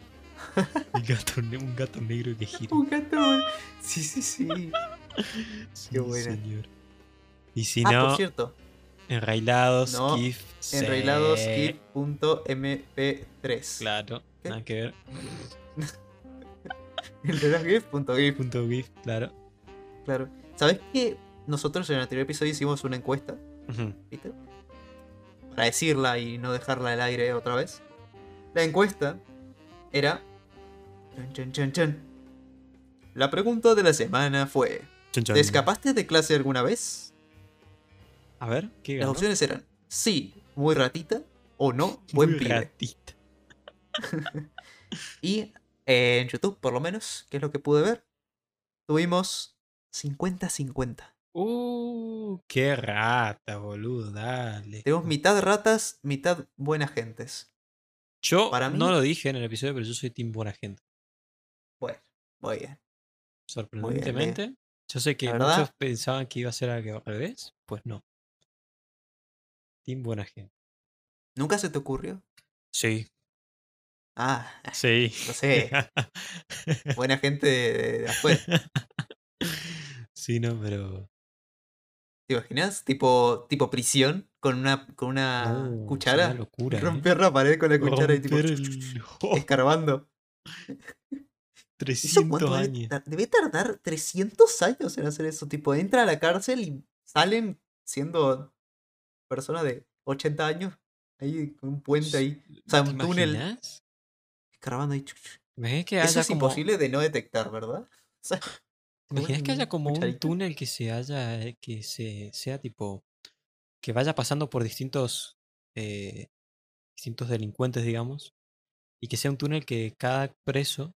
S2: Un gato, ne- un gato negro que gire.
S1: Un gato. güey. Sí, sí, sí.
S2: Sí,
S1: qué buena.
S2: señor. Y si
S1: ah, por
S2: no,
S1: cierto.
S2: enrailados, eh,
S1: No,
S2: GIF.
S1: Enrailados
S2: sí.
S1: gif.mp3.
S2: Claro,
S1: ¿Qué?
S2: nada que ver.
S1: Enrailados gif.gif,
S2: Punto GIF, claro.
S1: claro. ¿Sabes que nosotros en el anterior episodio hicimos una encuesta?
S2: Ujú.
S1: ¿viste? Para decirla y no dejarla al aire otra vez. La encuesta era. Chan, chan, chan, chan. La pregunta de la semana fue:
S2: Chan, chan.
S1: ¿Te escapaste de clase alguna vez?
S2: A ver, ¿qué
S1: Las
S2: ganó?
S1: opciones eran: sí, muy ratita, o no, buen
S2: Muy
S1: pibe.
S2: ratita.
S1: Y eh, en YouTube, por lo menos, que es lo que pude ver, tuvimos 50-50.
S2: Uh, qué rata, boludo, dale.
S1: Tenemos mitad ratas, mitad buenas gentes.
S2: Yo
S1: para mí-
S2: no lo dije en el episodio, pero yo soy team buena gente.
S1: Bueno, muy bien.
S2: Sorprendentemente. yo sé que
S1: La verdad-
S2: muchos pensaban que iba a ser algo al revés. Pues no. Team buena gente.
S1: ¿Nunca se te ocurrió?
S2: Sí,
S1: Ah,
S2: sí.
S1: no sé. buena gente de, de afuera.
S2: sí, no, pero.
S1: ¿Te imaginas? Tipo, tipo prisión con una, con una
S2: no,
S1: Ah, cuchara.
S2: Uh, sería locura. ¿eh?
S1: Romper la pared con la cuchara y tipo
S2: Romper el- oh,
S1: escarbando. ¿Eso
S2: 300
S1: cuánto debe,
S2: años.
S1: tar- debe tardar 300 años en hacer eso? Tipo, entra a la cárcel y salen siendo personas de 80 años. Ahí con un puente ahí, o sea,
S2: ¿Te
S1: un túnel.
S2: imaginas?
S1: escarbando ahí. chuc, chuc.
S2: Imaginas que
S1: Eso
S2: haya
S1: es
S2: como-
S1: imposible pues, de no detectar, ¿verdad? O sea,
S2: ¿Te imaginas que haya
S1: una
S2: como un
S1: cucharita.
S2: túnel que se haya, eh, que se sea tipo, que vaya pasando por distintos, eh, distintos delincuentes, digamos, y que sea un túnel que cada preso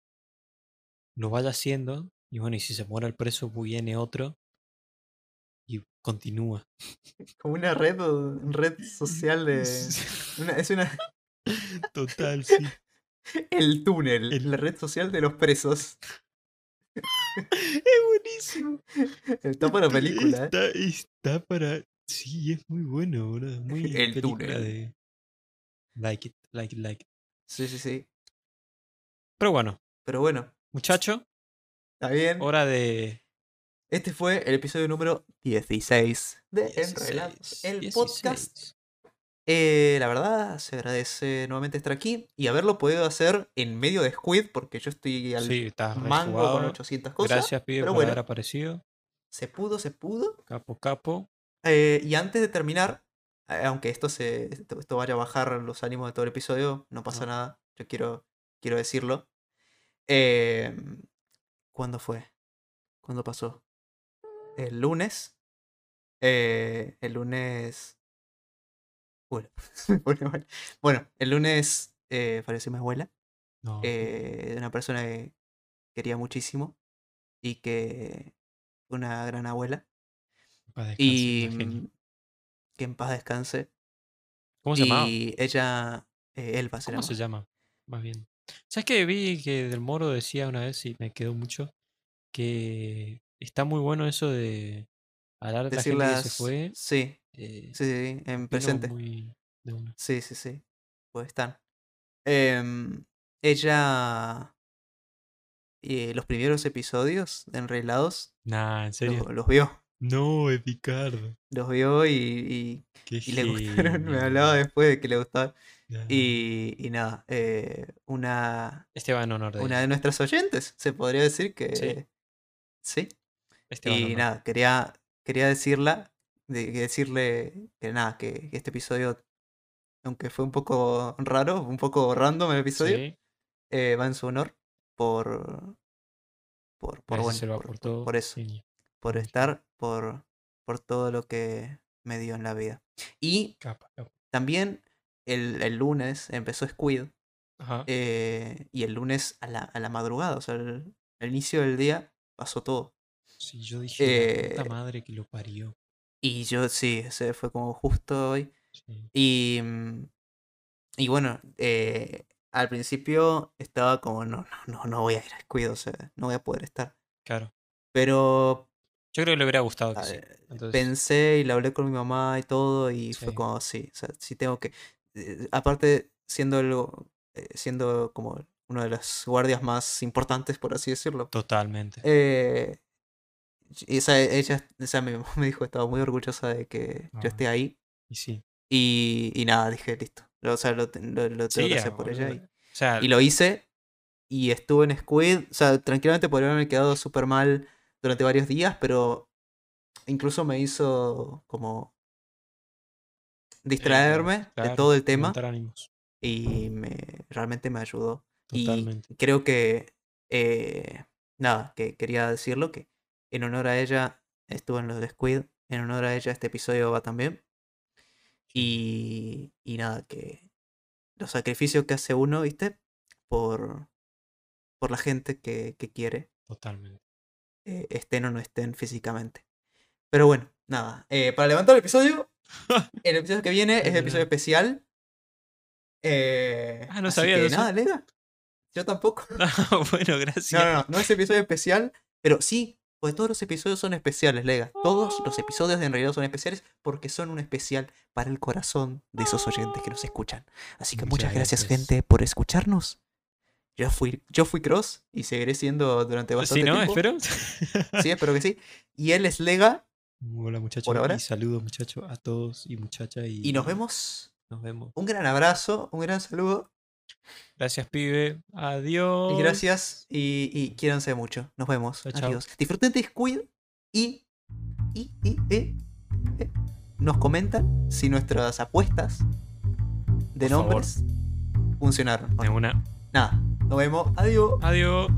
S2: lo vaya haciendo, y bueno, y si se muere el preso, viene otro y continúa.
S1: Como una red, o- red social de. una- es una.
S2: Total, sí.
S1: El túnel,
S2: El-
S1: la red social de los presos.
S2: Es buenísimo.
S1: Está para película, ¿eh?
S2: Está, está para. Sí, es muy bueno, boludo. es Muy
S1: El
S2: película
S1: túnel.
S2: de. Like it, like it, like it.
S1: ¿eh? Sí, sí, sí.
S2: Pero bueno,
S1: Pero bueno,
S2: muchacho,
S1: está bien.
S2: hora de.
S1: Este fue el episodio número 16 de
S2: 16,
S1: Enrelados, el
S2: 16.
S1: podcast. Eh, la verdad, se agradece nuevamente estar aquí y haberlo podido hacer en medio de Squid, porque yo estoy al
S2: Sí, estás
S1: mango
S2: rejugado.
S1: con 800 cosas.
S2: Gracias, pibe,
S1: pero
S2: por
S1: bueno.
S2: haber aparecido.
S1: Se pudo, se pudo.
S2: Capo, capo.
S1: Eh, y antes de terminar, eh, aunque esto, se, esto, esto vaya a bajar los ánimos de todo el episodio, no pasa
S2: No.
S1: nada, yo quiero, quiero decirlo. Eh, ¿Cuándo fue? ¿Cuándo pasó? El lunes. eh, el lunes... Bueno, bueno, bueno. Bueno, el lunes eh, falleció mi abuela
S2: No.
S1: eh, de una persona que quería muchísimo y que una gran abuela
S2: pa' descanse,
S1: y
S2: una genia.
S1: mm, que en paz descanse.
S2: ¿Cómo se llamaba?
S1: y ella, eh, Elba se
S2: ¿Cómo se
S1: llama.
S2: llama? Más bien. ¿Sabes que vi que Del Moro decía una vez y me quedó mucho? Que está muy bueno eso de hablar de la
S1: Decir
S2: gente que se
S1: las-
S2: fue.
S1: Sí,
S2: eh,
S1: sí, sí, en
S2: vino
S1: presente.
S2: muy de una.
S1: Sí, sí, sí. Pues están. Em, ella. eh, los primeros episodios de Enreglados
S2: Nah, en serio.
S1: los, los vio.
S2: No, es Picardo.
S1: Los vio y, y-
S2: Qué
S1: y le gustaron. Me
S2: genio,
S1: hablaba
S2: boludo.
S1: después de que le gustaba.
S2: Nah.
S1: Y, y nada, eh, una,
S2: Este va en honor de
S1: una de
S2: ella.
S1: nuestras oyentes, se podría decir que. sí.
S2: Este va en
S1: Y
S2: honor.
S1: nada, quería, quería decirla, de, que decirle que nada, que, que este episodio, aunque fue un poco raro, un poco random el episodio,
S2: Sí,
S1: eh, va en su honor por, por, por,
S2: gracias,
S1: bueno,
S2: Selva,
S1: por,
S2: por
S1: por-
S2: todo,
S1: por eso,
S2: genio.
S1: por
S2: buenísimo.
S1: estar, por, por todo lo que me dio en la vida. Y
S2: Capa, capa.
S1: también el, el lunes empezó Squid,
S2: Ajá.
S1: eh, y el lunes a la, a la madrugada, o sea, el- al inicio del día pasó todo.
S2: Sí, yo dije la puta
S1: eh,
S2: madre que lo parió.
S1: Y yo sí, ese fue como justo hoy.
S2: Sí.
S1: Y, mm, y bueno, eh, al principio estaba como, no, no, no, no voy a ir a Squid, o sea, no voy a poder estar.
S2: Claro.
S1: Pero
S2: Yo creo que le hubiera gustado que
S1: A
S2: sí.
S1: ver,
S2: Entonces,
S1: Pensé y la hablé con mi mamá y todo, y fue
S2: Sí.
S1: como, sí, o sea, sí tengo que. eh, Aparte, siendo, algo, eh, siendo como uno de los guardias más importantes, por así decirlo,
S2: totalmente.
S1: eh, y esa, ella, esa mi mamá me dijo que estaba muy orgullosa de que
S2: Ah.
S1: yo esté ahí.
S2: y sí.
S1: Y, y nada, dije, listo. O sea, lo, ten- lo- lo tengo
S2: Sí,
S1: que
S2: ah,
S1: hacer por
S2: boludo.
S1: ella. Y,
S2: O sea,
S1: y lo hice. Y estuve en Squid. O sea, tranquilamente podría haberme quedado súper mal durante varios días, pero incluso me hizo como distraerme de
S2: Eh, claro,
S1: todo el tema
S2: levantar ánimos.
S1: y me, realmente me ayudó.
S2: Totalmente.
S1: Y creo que, eh, nada, que quería decirlo, que en honor a ella estuvo en los de Squid, en honor a ella este episodio va también. Y, y nada, que los sacrificios que hace uno, viste, por, por la gente que, que quiere,
S2: Totalmente.
S1: eh, estén o no estén físicamente. Pero bueno, nada, eh, para levantar el episodio, el episodio que viene es el episodio
S2: Literal.
S1: especial. eh,
S2: Ah, no
S1: así
S2: sabía
S1: que
S2: de eso.
S1: nada, Lega. Yo tampoco.
S2: Ah, bueno, gracias.
S1: No, no, no, no es episodio especial, pero sí, pues todos los episodios son especiales, Lega. Todos los episodios de En realidad son especiales porque son un especial para el corazón de esos oyentes que nos escuchan. Así que muchas
S2: Muchas
S1: gracias,
S2: gracias.
S1: gente, por escucharnos. Yo fui, yo fui Cross y seguiré siendo durante bastante
S2: sí, ¿no?
S1: tiempo.
S2: Espero.
S1: Sí, espero que sí. Y él es Lega
S2: Hola, muchachos.
S1: Por ahora.
S2: Y saludos, muchachos, a todos y muchachas. Y,
S1: y nos vemos.
S2: Nos vemos.
S1: Un gran abrazo, un gran saludo
S2: Gracias, pibe. Adiós.
S1: y gracias y, y quiéranse mucho. Nos vemos.
S2: Chao, chao.
S1: Adiós. Disfruten de Squid y, y, y, eh, eh, nos comentan si nuestras apuestas de
S2: Por favor.
S1: nombres funcionaron. o no.
S2: De una.
S1: Nada, nos vemos. Adiós.
S2: Adiós.